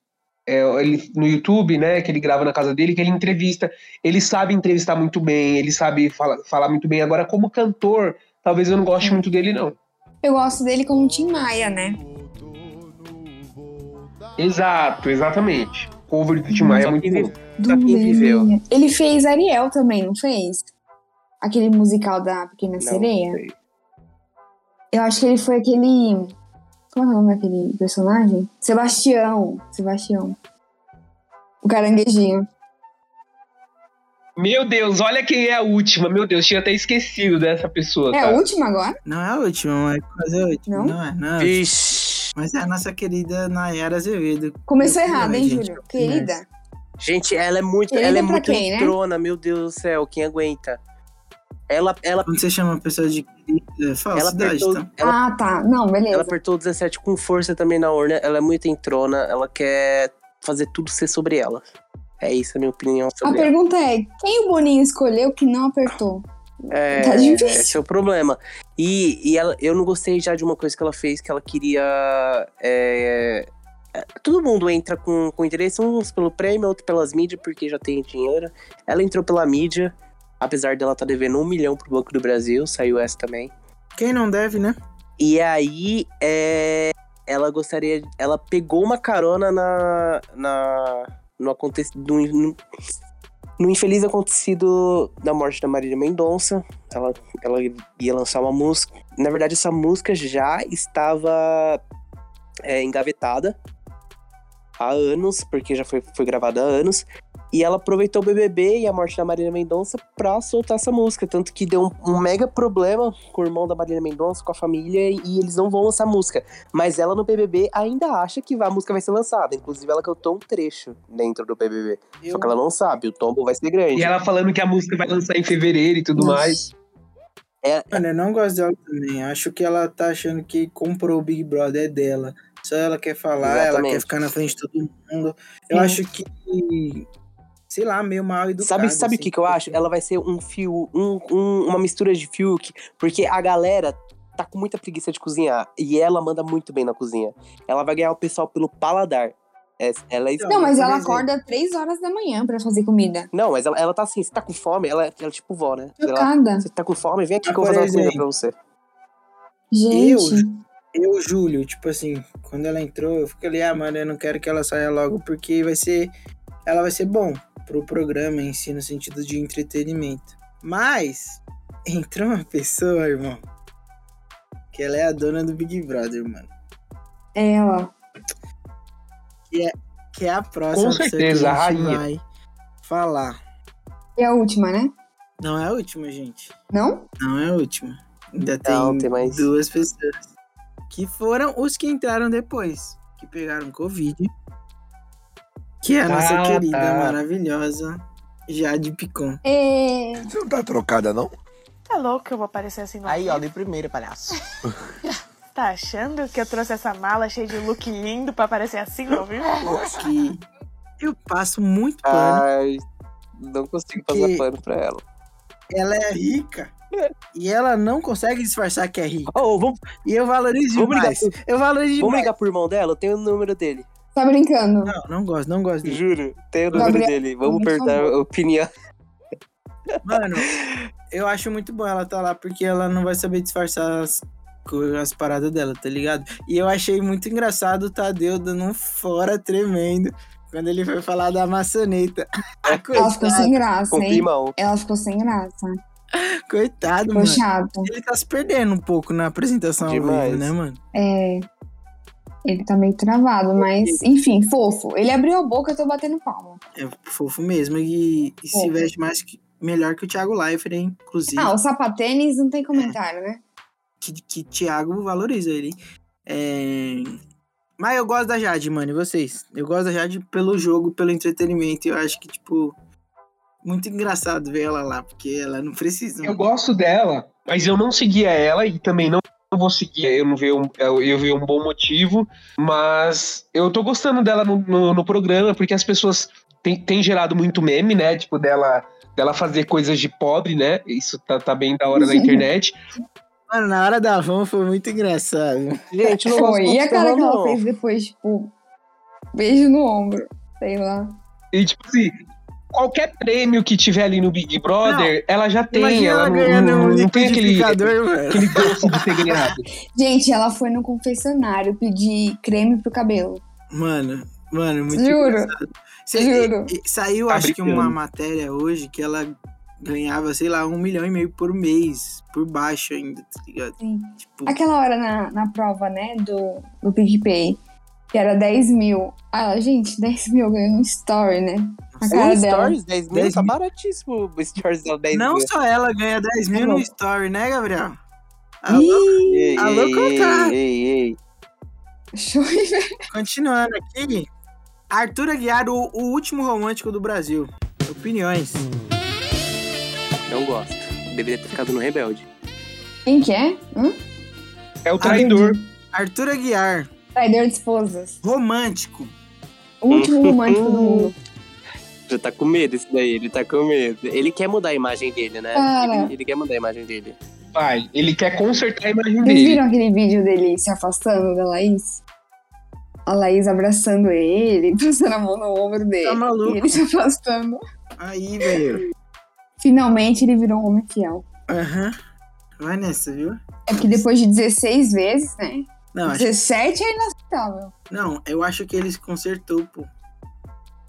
S5: é, ele, no YouTube, né, que ele grava na casa dele, que ele entrevista. Ele sabe entrevistar muito bem, ele sabe fala- falar muito bem. Agora, como cantor, talvez eu não goste muito dele, não.
S3: Eu gosto dele como Tim Maia, né?
S5: Exato, exatamente. Cover do Tim Maia é muito bom.
S3: Do Leninha. Ele fez Ariel também, não fez? Aquele musical da Pequena Sereia? Eu acho que ele foi aquele. Como é o nome daquele personagem? Sebastião. Sebastião. O caranguejinho.
S5: Meu Deus, olha quem é a última. Meu Deus, tinha até esquecido dessa pessoa.
S3: É
S5: tá?
S3: a última agora?
S2: Não é a última, mas quase a última.
S3: Não?
S2: Não, é, não. é a última.
S4: Vixe.
S2: Mas é a nossa querida Nayara Azevedo.
S3: Começou errado, hein,
S2: gente?
S3: Júlio? Querida.
S4: Gente, ela é muito,
S3: Querida
S4: ela é
S3: pra
S4: muito
S3: quem, né?
S4: entrona, meu Deus do céu, quem aguenta? Ela, ela,
S2: Quando você chama a pessoa de querida, é
S4: ela
S2: falsidade,
S4: apertou,
S2: tá?
S4: ela,
S3: Ah, tá. Não,
S4: ela
S3: beleza.
S4: apertou o 17 com força também na urna. Ela é muito entrona, ela quer fazer tudo ser sobre ela. É isso a minha opinião
S3: A
S4: sobre ela.
S3: pergunta é: quem o Boninho escolheu que não apertou?
S4: É,
S3: Tá difícil.
S4: Esse é o problema. E, e ela- eu não gostei já de uma coisa que ela fez, que ela queria. é, é, todo mundo entra com, com interesse, uns pelo prêmio, outro pelas mídias, porque já tem dinheiro. Ela entrou pela mídia, apesar dela estar devendo um milhão pro Banco do Brasil, saiu essa também.
S2: Quem não deve, né?
S4: E aí, é, ela gostaria. Ela pegou uma carona na. na no, aconte, no, no- no infeliz acontecido da morte da Marília Mendonça. Ela, ela ia lançar uma música. Na verdade, essa música já estava é, engavetada há anos, porque já foi, foi gravada há anos. E ela aproveitou o BBB e a morte da Marília Mendonça pra soltar essa música. Tanto que deu um, um mega problema com o irmão da Marília Mendonça, com a família, e eles não vão lançar a música. Mas ela no BBB ainda acha que a música vai ser lançada. Inclusive, ela cantou um trecho dentro do BBB. Só que ela não sabe, o tombo vai ser grande.
S5: E ela falando que a música vai lançar em fevereiro e tudo
S2: Nossa.
S5: mais.
S2: Mano, eu não gosto dela também. Acho que ela tá achando que comprou o Big Brother é dela. Só ela quer falar, ela
S4: Exatamente.
S2: quer ficar na frente de todo mundo. Eu
S3: Sim.
S2: acho que. Sei lá, meio mal educado.
S4: Sabe, sabe o
S2: assim.
S4: que, que eu acho? Ela vai ser um fio, um, um- uma mistura de Fiuk, porque a galera tá com muita preguiça de cozinhar e ela manda muito bem na cozinha. Ela vai ganhar o pessoal pelo paladar. É- Ela é
S2: Então,
S3: Não, mas
S2: por
S3: ela
S2: exemplo.
S3: acorda três horas da manhã pra fazer comida.
S4: Não, mas ela, ela tá assim, você tá com fome? Ela, ela é tipo vó, né? Ela,
S3: Chocada.
S4: você tá com fome? Vem aqui
S2: Mas,
S4: que eu vou
S2: por
S4: fazer uma comida
S2: exemplo,
S4: pra você.
S3: Gente.
S2: Eu, Júlio, tipo assim, quando ela entrou, eu fiquei ali, ah, mano, eu não quero que ela saia logo, porque vai ser. Ela vai ser bom pro programa em si, no sentido de entretenimento. Mas, entrou uma pessoa, irmão, que ela é a dona do Big Brother, mano.
S3: Ela.
S2: Que é a próxima
S5: Com
S2: pessoa
S5: certeza,
S2: que a
S5: a
S2: gente
S5: rainha.
S2: vai falar.
S3: É a última, né?
S2: Não é a última, gente.
S3: Não?
S2: Não é a última. Ainda tem,
S4: Não, tem mais.
S2: duas pessoas. Que foram os que entraram depois. Que pegaram Covid. Que é a nossa
S5: Ah,
S2: querida,
S5: tá.
S2: maravilhosa Jade Picon.
S3: É...
S11: Você não tá trocada, não?
S13: Tá louco que eu vou aparecer assim no
S14: Aí,
S13: ao
S14: ó,
S13: vivo?
S14: de primeira, palhaço.
S13: Tá achando que eu trouxe essa mala cheia de look lindo pra aparecer assim no ao vivo?
S2: Que eu passo muito pano.
S4: Ai, não consigo passar
S2: Que-
S4: pano pra ela.
S2: Ela é rica. E ela não consegue disfarçar que é rica.
S4: Ô, vamos,
S2: E eu valorizo
S4: vamos, ligar,
S2: demais.
S4: pro-
S2: Eu valorizo
S4: vamos
S2: demais.
S4: ligar pro irmão dela? Eu tenho o número dele.
S3: Tá brincando.
S2: Não, não gosto, não gosto dele.
S4: Juro, tenho o número
S3: Gabriel,
S4: dele. Vamos
S3: por
S4: perguntar
S3: favor.
S4: a opinião.
S2: Mano, eu acho muito bom ela tá lá porque ela não vai saber disfarçar as, co- as paradas dela, tá ligado? E eu achei muito engraçado o Tadeu dando um fora tremendo quando ele foi falar da maçaneta.
S3: Ela ficou
S2: Coitado.
S3: sem graça,
S4: Com
S3: hein?
S4: climão.
S3: Ela ficou sem graça.
S2: Coitado,
S3: Ficou
S2: mano.
S3: chato.
S2: Ele tá se perdendo um pouco na apresentação ao vivo,
S3: Demais.
S2: né, mano?
S3: É. Ele tá meio travado, mas enfim, fofo. Ele abriu a boca, eu tô batendo palma.
S2: É fofo mesmo. E, e se
S3: Fofo.
S2: veste mais que- melhor que o Thiago Leifert, hein? Inclusive.
S3: Ah, o sapatênis não tem comentário, né?
S2: que, que Thiago valoriza ele. hein? É, Mas eu gosto da Jade, mano, e vocês? Eu gosto da Jade pelo jogo, pelo entretenimento. e Eu acho que, tipo, muito engraçado ver ela lá, porque ela não precisa.
S5: Eu gosto dela, mas eu não seguia ela e também não vou seguir. Eu não vejo um, eu, eu vejo um bom motivo, mas eu tô gostando dela no, no- no programa porque as pessoas têm têm gerado muito meme, né? Tipo, dela, dela fazer coisas de pobre, né? Isso tá, tá bem da hora na internet.
S2: Mano, na hora da van foi muito engraçado.
S4: Gente,
S3: Foi. E a cara que ela fez depois, tipo, beijo no ombro. Sei lá.
S5: E, tipo assim, qualquer prêmio que tiver ali no Big Brother, ela já tem.
S2: imagina
S5: Ela
S2: ela
S5: não,
S2: ganhando
S5: não,
S2: um
S5: não tem aquele,
S2: liquidificador, velho.
S5: aquele gosto de ser ganhado.
S3: Gente, ela foi no confessionário pedir creme pro cabelo.
S2: Mano, mano, muito
S3: Juro.
S2: engraçado. Cê-
S3: Juro.
S2: e- e Saiu,
S3: Tá
S2: acho que uma
S3: brincando.
S2: matéria hoje que ela ganhava, sei lá, um milhão e meio por mês, por baixo ainda, tá ligado?
S3: Sim.
S2: Tipo,
S3: Aquela hora na, na prova, né, do, do PicPay, que era 10 mil. Ah, gente, 10 mil ganhou um story, né? A cara
S4: Um
S3: dela.
S4: Stories 10 mil, tá baratíssimo o Stories dela 10
S2: não
S4: mil.
S2: só ela ganha 10 mil no
S4: Não.
S2: story, né, Gabriel? Tá Alô,
S4: Ei,
S2: alô
S4: ei,
S2: contato.
S4: ei, ei, ei.
S2: Continuando aqui, Arthur Aguiar, o, o último romântico do Brasil. Opiniões.
S4: Não gosto. Deveria ter ficado no Rebelde.
S3: Quem que é? Hã?
S5: É
S2: Ah,
S5: o
S2: traidor. Arthur Aguiar,
S3: Traidor de esposas.
S2: romântico.
S3: O último romântico do mundo.
S4: Já tá com medo esse daí, ele tá com medo. Ele quer mudar a imagem dele, né?
S3: Cara.
S4: Ele, ele quer mudar a imagem dele.
S5: Vai, ele quer consertar a imagem
S3: Vocês
S5: dele.
S3: viram aquele vídeo dele se afastando da Laís? A Laís abraçando ele, passando a mão no ombro dele.
S2: Tá maluco.
S3: E ele se afastando.
S2: Aí, velho.
S3: Finalmente ele virou um homem fiel.
S2: Aham. Vai nessa, viu?
S3: É porque depois de 16 vezes, né?
S2: Não, acho-
S3: 17 é inaceitável.
S2: Não, eu acho que ele se consertou, pô.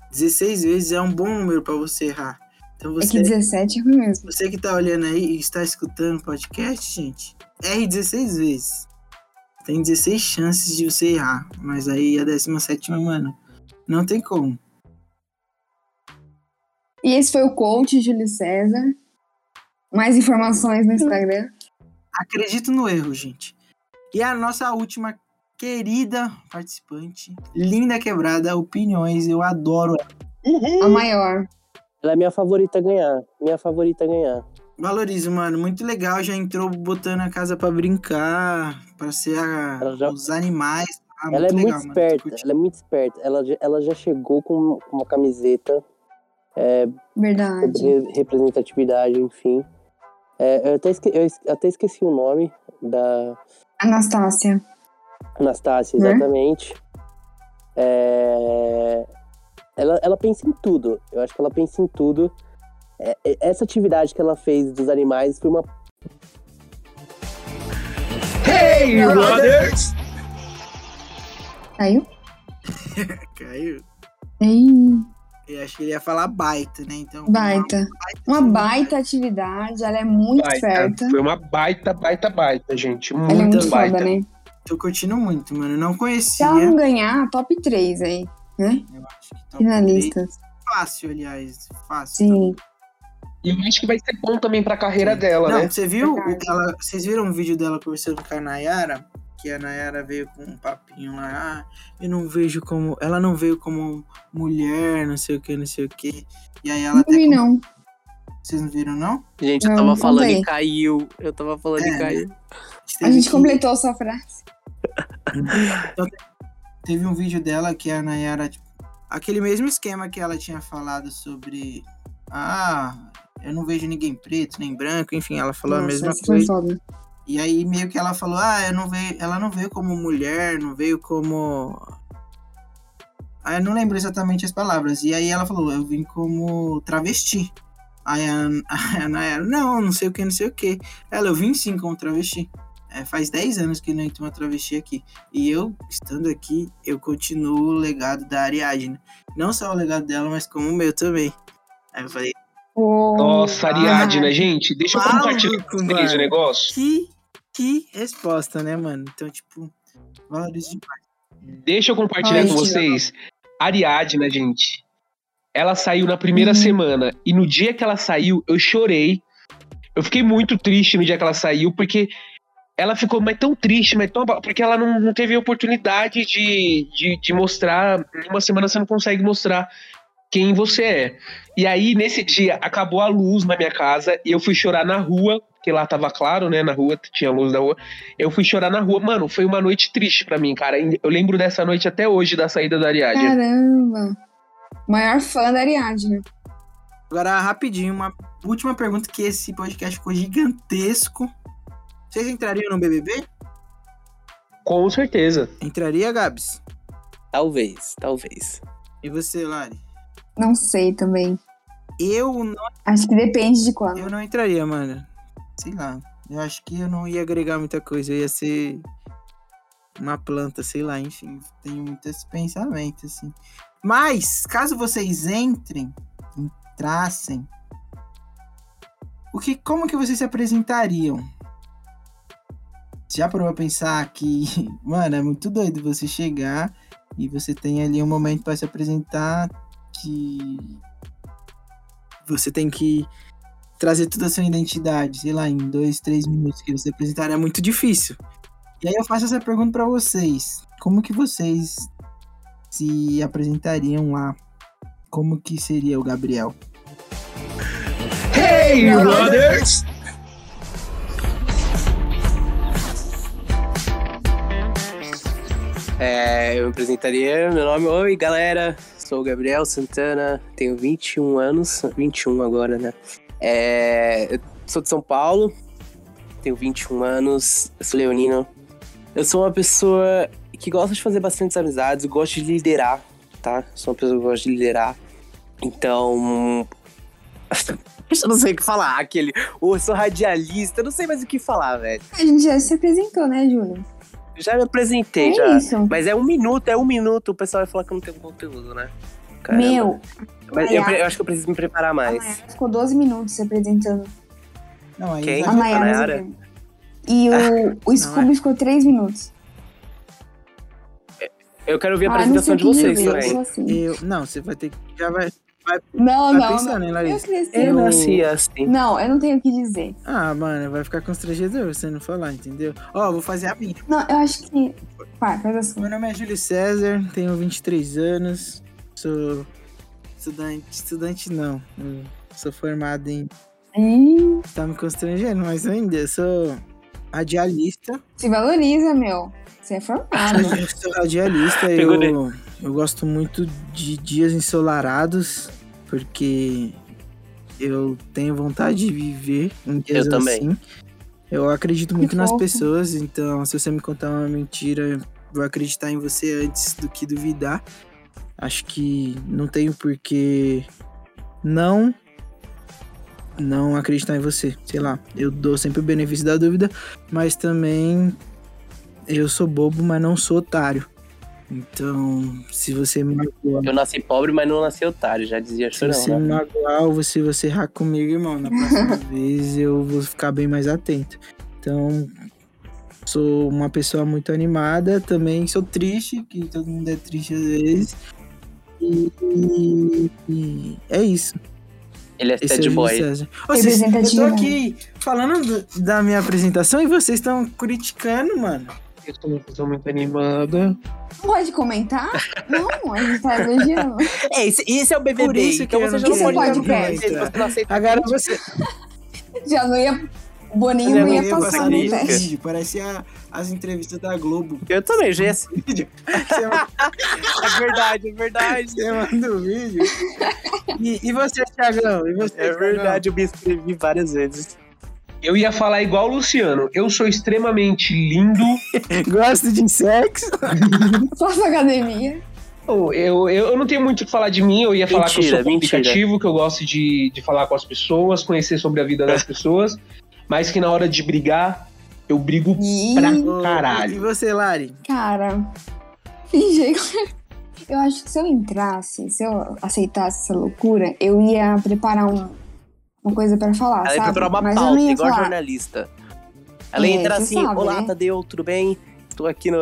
S2: 16 vezes é um bom número pra você errar. Então
S3: É
S2: você,
S3: que 17 é ruim mesmo.
S2: você que tá olhando aí e está escutando o podcast, gente, erre 16 vezes. Tem 16 chances de você errar. Mas aí é a 17, mano, não tem como.
S3: E esse foi o coach Júlio César. Mais informações no Instagram.
S2: Acredito no erro, gente. E a nossa última querida participante, Linda Quebrada, opiniões, eu adoro ela.
S3: A maior.
S4: Ela é minha favorita a ganhar. Minha favorita a ganhar.
S2: Tá Valorizo, mano. Muito legal. Já entrou botando a casa pra brincar, pra ser a- os animais. Ah,
S4: ela é muito
S2: legal, mano.
S4: esperta, ela é muito esperta. Ela, já- ela já chegou com com uma camiseta é,
S3: Verdade.
S4: sobre re- representatividade, enfim. É, eu, até esque- eu es- até esqueci o nome da
S3: Anastácia.
S4: Anastácia,
S3: Né?
S4: exatamente. É, ela, ela pensa em tudo. Eu acho que ela pensa em tudo. É, é, essa atividade que ela fez dos animais foi uma.
S5: Hey, brothers!
S3: Caiu?
S2: Caiu.
S3: Ei,
S2: Eu acho que ele ia falar baita, né? Então.
S3: baita. Uma baita atividade. Ela é muito esperta.
S5: Foi uma baita, baita, baita, gente. Muito,
S3: Ela é muito foda,
S5: baita.
S3: né?
S2: Tô curtindo muito, mano. Eu Não
S3: Se
S2: conhecia.
S3: ela não ganhar, top 3 aí, né?
S2: top
S3: Finalistas.
S2: tá Fácil, aliás. Fácil.
S3: Sim.
S5: E eu acho que vai ser bom também pra carreira dela,
S2: Não,
S5: né?
S2: você viu? o- Ela, vocês viram o vídeo dela conversando com a Nayara? Que a Nayara veio com um papinho lá. Ah, eu não vejo como. Ela não veio como mulher, não sei o que, não sei o que. E aí ela
S3: Não vi, não.
S2: Vocês não viram, não? É.
S4: Gente,
S3: eu Não, tava não falando e sei.
S4: caiu. Eu tava falando
S2: e caiu.
S3: A gente completou sua frase.
S2: Teve um vídeo dela que a Nayara. tipo, aquele mesmo esquema que ela tinha falado sobre. Ah, eu não vejo ninguém preto, nem branco, enfim, ela falou a
S3: Nossa,
S2: mesma
S3: essa foi
S2: coisa.
S3: foda.
S2: E aí meio que ela falou, ah, eu não veio, ela não veio como mulher, não veio como. Ah, eu não lembro exatamente as palavras. E aí ela falou, eu vim como travesti. Aí a, a Nayara, não, não sei o que, não sei o que. Ela, eu vim sim como travesti. É, faz 10 anos que não entra uma travesti aqui. E eu, estando aqui, eu continuo o legado da Ariadne. Não só o legado dela, mas como o meu também. Aí eu falei,
S5: Nossa, Ariadna,
S2: Ah,
S5: gente, deixa eu
S2: maluco,
S5: compartilhar com vocês o
S2: mano.
S5: negócio.
S2: Que, que resposta, né, mano? Então, tipo, valorizo demais.
S5: Deixa eu compartilhar
S2: Ai,
S5: com
S2: que
S5: vocês. Ariadna, gente, ela saiu na primeira semana e no dia que ela saiu, eu chorei. Eu fiquei muito triste no dia que ela saiu, porque ela ficou mas tão triste, mas tão aba- porque ela não, não teve oportunidade de, de, de mostrar. Em uma semana você não consegue mostrar quem você é. E aí, nesse dia, acabou a luz na minha casa e eu fui chorar na rua, porque lá tava claro, né? Na rua, tinha luz da rua. Eu fui chorar na rua. Mano, foi uma noite triste pra mim, cara. Eu lembro dessa noite até hoje da saída da
S3: É.
S5: Ariadne.
S3: Caramba. Maior fã da Ariadne.
S2: Agora, rapidinho, uma última pergunta que esse podcast ficou gigantesco. Vocês entrariam no BBB?
S5: Com certeza.
S2: Entraria, Gabs?
S4: Talvez, talvez.
S2: E você, Lari?
S3: Não sei também.
S2: Eu não...
S3: Acho que depende de quando.
S2: Eu não entraria, mano. Sei lá. Eu acho que eu não ia agregar muita coisa. Eu ia ser uma planta, sei lá. Enfim, tenho muitos pensamentos, assim. Mas, caso vocês entrem, entrassem, o que, como que vocês se apresentariam? Já parou pra pensar que, mano, é muito doido você chegar e você tem ali um momento pra se apresentar que você tem que trazer toda a sua identidade, sei lá, em dois, três minutos que você apresentar é muito difícil. E aí eu faço essa pergunta pra vocês: como que vocês se apresentariam lá? Como que seria o Gabriel?
S5: Hey,
S2: brothers!
S4: É, eu me apresentaria, meu nome, oi galera, sou o Gabriel Santana, tenho 21 anos, 21 agora, né? É, eu sou de São Paulo, tenho 21 anos, eu sou leonino. Eu sou uma pessoa que gosta de fazer bastantes amizades, gosto de liderar, tá? Sou uma pessoa que gosta de liderar. Então, eu não sei o que falar, aquele, eu sou radialista, eu não sei mais o que falar, velho.
S3: A gente já se apresentou, né, Júlio?
S4: Eu Já me apresentei,
S3: É
S4: já.
S3: isso.
S4: Mas é um minuto, é um minuto. O pessoal vai falar que eu não tenho conteúdo, né? Caramba.
S3: Meu, Ah,
S4: Mas eu,
S3: Maiara-
S4: pre- eu acho que eu preciso me preparar mais.
S3: ficou 12 minutos se apresentando.
S2: Não, aí
S4: Quem?
S3: A Maiara
S4: Nayara? Ah, é.
S3: E o, o Scooby ficou 3 minutos.
S4: Eu quero ouvir a
S3: Ah,
S4: apresentação
S3: não
S4: de
S3: sei o que
S4: vocês
S3: dizer, eu
S4: também.
S3: sou assim.
S2: Eu, não, você vai ter que. Já vai. vai
S3: Não,
S2: vai
S4: tá
S3: não,
S2: pensando, hein,
S3: não.
S2: Larissa?
S3: Eu cresci.
S4: Eu nasci assim.
S3: Não, eu não tenho o que dizer.
S2: Ah, mano, vai ficar constrangedor você não falar, entendeu? Ó, vou fazer a minha.
S3: Não, eu acho que. Vai, faz assim.
S2: Meu nome é Júlio César, tenho 23 anos, sou estudante. Estudante não, eu sou formado em. Tá me constrangendo, mas ainda, eu sou radialista.
S3: Se valoriza, meu. Você é formado.
S2: Eu sou radialista,
S4: Pegou
S2: eu, eu gosto muito de dias ensolarados, porque eu tenho vontade de viver em dias
S4: Eu também.
S2: assim. Eu acredito muito nas
S4: fofo.
S2: pessoas, então se você me contar uma mentira, eu vou acreditar em você antes do que duvidar. Acho que não tenho por que não não acreditar em você. Sei lá, eu dou sempre o benefício da dúvida, mas também eu sou bobo, mas não sou otário. Então, se você me magoar,
S4: Eu nasci pobre, mas não nasci otário. Já dizia
S2: se
S4: chorão,
S2: você me
S4: né?
S2: magoar ou se você errar comigo, irmão, na próxima vez eu vou ficar bem mais atento. Então, sou uma pessoa muito animada, também sou triste, que todo mundo é triste às vezes. E, e é isso.
S4: Ele é
S2: Esse
S4: sad
S2: o
S4: boy.
S2: Júlio César. Ô, Vocês, eu tô
S3: Representativo.
S2: aqui falando do- da minha apresentação e vocês estão criticando, mano.
S5: Eu sou uma pessoa muito animada.
S3: Não pode comentar? Não, a gente tá elogiando.
S4: É, esse, esse é o BBB.
S2: Por isso que
S4: então
S2: eu
S4: você já
S2: não
S4: não pode
S2: queria
S4: comentar,
S2: comentar.
S4: se você não aceita.
S2: Agora você.
S3: Já não ia. O Boninho
S2: Eu
S3: não
S2: não
S3: ia
S2: ia
S3: passar
S2: passar
S3: no
S2: nem
S4: né?
S3: teste.
S2: vídeo, Parece a- as entrevistas da Globo.
S4: Eu também, já ia assim.
S2: Você manda-
S4: É verdade, é verdade.
S2: você manda o vídeo. E, e você, Thiagão? E você,
S4: É verdade, eu me inscrevi várias vezes.
S5: Eu ia falar igual o Luciano. Eu sou extremamente lindo.
S2: Thiagão? Gosta de sexo?
S3: Faça academia.
S5: Eu, eu, eu não tenho muito o que falar de mim. Eu ia falar que eu
S4: Mentira,
S5: sou
S4: mentira.
S5: comunicativo, que eu gosto de, de falar com as pessoas, conhecer sobre a vida das pessoas. Mas que na hora de brigar, eu brigo
S3: Ih.
S5: pra
S2: Ô, E
S5: caralho.
S2: você, Lari?
S3: Cara, fingir. Eu acho que se eu entrasse, se eu aceitasse essa loucura, eu ia preparar um, uma coisa pra falar,
S4: Ela ia
S3: sabe?
S4: preparar uma
S3: Mas eu não
S4: pauta,
S3: ia
S4: igual
S3: falar.
S4: jornalista. Ela
S3: É,
S4: ia entrar
S3: você
S4: assim,
S3: sabe,
S4: olá,
S3: né?
S4: Tadeu, tudo bem? Estou aqui no...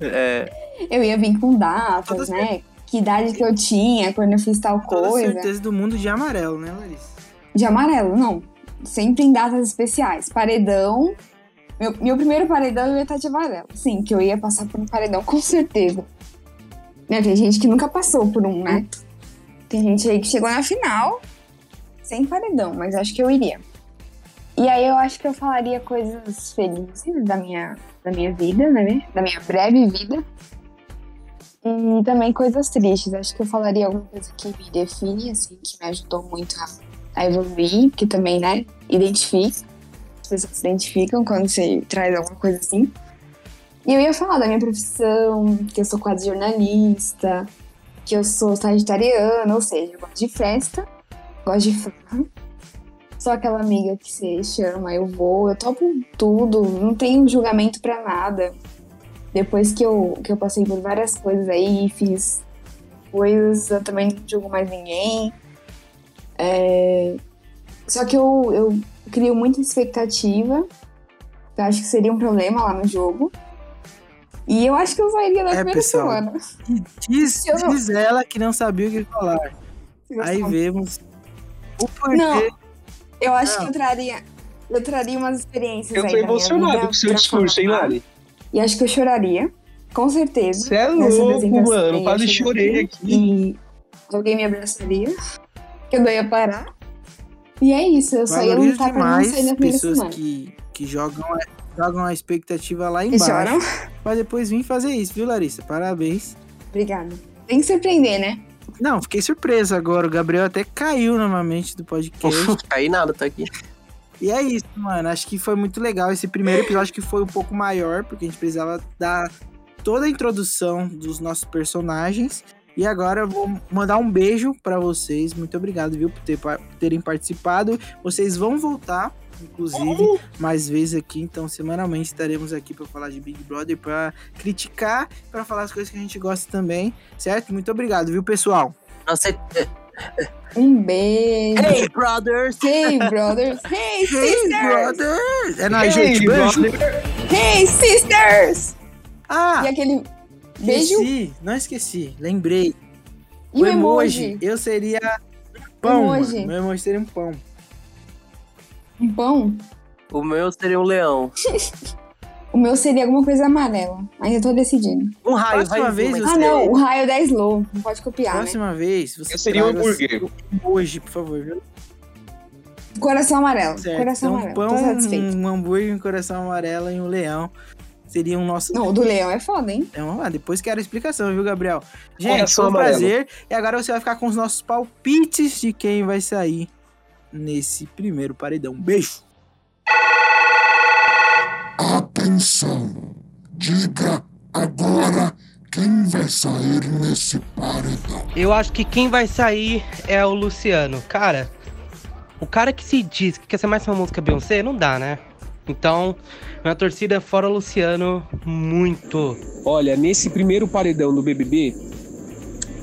S4: é,
S3: Eu ia vir com datas, né? Que idade que eu tinha quando eu fiz tal
S2: Toda
S3: coisa.
S2: certeza do mundo de amarelo, né, Larissa?
S3: De amarelo, não. Sempre em datas especiais. Paredão. Meu, meu primeiro paredão eu ia estar de amarelo. Sim, que eu ia passar por um paredão, com certeza. Né, tem gente que nunca passou por um, né? Tem gente aí que chegou na final sem paredão, mas acho que eu iria. E aí eu acho que eu falaria coisas felizes da minha, da minha vida, né? Da minha breve vida. E também coisas tristes. Acho que eu falaria alguma coisa que me define, assim, que me ajudou muito a, a evoluir, que também, né, identifica. As pessoas se identificam quando você traz alguma coisa assim. E eu ia falar da minha profissão, que eu sou quase jornalista, que eu sou sagitariana, ou seja, eu gosto de festa, gosto de fã. Sou aquela amiga que você chama, eu vou, eu topo tudo, não tenho julgamento pra nada depois que eu, que eu passei por várias coisas aí, fiz coisas, eu também não julgo mais ninguém. É, Só que eu, eu crio muita expectativa, que eu acho que seria um problema lá no jogo. E eu acho que eu sairia na
S2: É,
S3: primeira
S2: pessoal.
S3: semana.
S2: Diz,
S3: Eu não-
S2: diz ela que não sabia o que falar.
S3: Eu
S2: Aí
S3: sou-
S2: vemos o porquê.
S3: Não, eu acho
S2: Ah.
S3: que eu traria, eu traria umas experiências
S5: Eu
S3: aí
S5: tô
S3: da minha
S5: emocionado
S3: vida
S5: com o seu
S3: pra
S5: discurso, hein,
S3: falar.
S5: Lari?
S3: E acho que eu choraria, com certeza.
S5: Você é
S3: nessa
S5: louco,
S3: apresentação
S5: mano.
S3: aí,
S5: Quase
S3: eu
S5: chorei aqui.
S3: E alguém me abraçaria, que eu não ia parar. E é isso, eu só ia
S2: Valorizo
S3: lutar pra não
S2: demais
S3: sair na primeira
S2: pessoas
S3: semana.
S2: que, que jogam, a- jogam a expectativa lá
S3: Vocês
S2: embaixo.
S3: choram?
S2: Pra depois vir fazer isso, viu, Larissa? Parabéns.
S3: Obrigada. Tem que surpreender, né?
S2: Não, fiquei surpreso agora. O Gabriel até caiu novamente do podcast.
S4: Caí nada, tá aqui.
S2: E é isso, mano. Acho que foi muito legal esse primeiro episódio que foi um pouco maior, porque a gente precisava dar toda a introdução dos nossos personagens. E agora eu vou mandar um beijo pra vocês. Muito obrigado, viu, por, ter pa- por terem participado. Vocês vão voltar, inclusive, mais vezes aqui. Então, semanalmente estaremos aqui pra falar de Big Brother, pra criticar, pra falar as coisas que a gente gosta também, certo? Muito obrigado, viu, pessoal?
S4: Nossa,
S3: Um beijo.
S4: Hey, brothers!
S3: Hey, brothers! Hey, sisters!
S2: brothers! É nóis,
S3: Hey,
S2: gente. Beijo.
S3: Hey, sisters!
S2: Ah!
S3: E aquele beijo.
S2: Esqueci, não esqueci, lembrei.
S3: E o Um emoji?
S2: Eu seria um pão.
S3: Emoji.
S2: mano. Meu emoji seria um pão.
S3: Um pão.
S4: O meu seria um leão.
S3: O meu seria alguma coisa amarela. Ainda tô decidindo.
S4: Um raio,
S2: Próxima
S4: raio
S2: vez
S3: Ah,
S2: você- é-
S3: não. O raio da Slow. Não pode copiar, né?
S2: Próxima vez, você
S5: Eu seria um
S2: traga
S5: hambúrguer.
S2: o Emoji, por favor. viu?
S3: Coração amarelo.
S2: Certo.
S3: Coração
S2: então,
S3: amarelo. Tô satisfeito.
S2: pão, um hambúrguer, um coração amarelo e um leão. Seria um nosso.
S3: Não, o do leão é foda, hein?
S2: Então vamos lá, depois quero a explicação, viu, Gabriel? Gente,
S5: Coração
S2: foi um
S5: amarelo.
S2: prazer. E agora você vai ficar com os nossos palpites de quem vai sair nesse primeiro paredão. Beijo!
S14: Atenção! Diga agora quem vai sair nesse paredão.
S15: Eu acho que quem vai sair é o Luciano. Cara, o cara que se diz que quer ser mais famoso que a Beyoncé, não dá, né? Então, minha torcida é fora o Luciano muito.
S5: Olha, nesse primeiro paredão do BBB,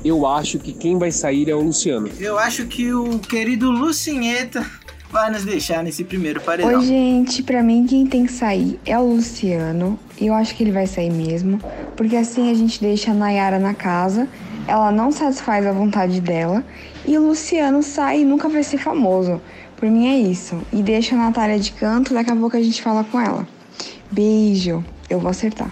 S5: eu acho que quem vai sair é o Luciano.
S2: Eu acho que o querido Lucinheta vai nos deixar nesse primeiro paredão.
S16: Oi, gente. Pra mim, quem tem que sair é o Luciano. E eu acho que ele vai sair mesmo. Porque assim a gente deixa a Nayara na casa. Ela não satisfaz a vontade dela. E o Luciano sai e nunca vai ser famoso. Por mim é isso. E deixa a Natália de canto. Daqui a pouco a gente fala com ela. Beijo. Eu vou acertar.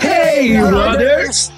S5: Hey, brothers!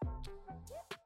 S2: Tchau.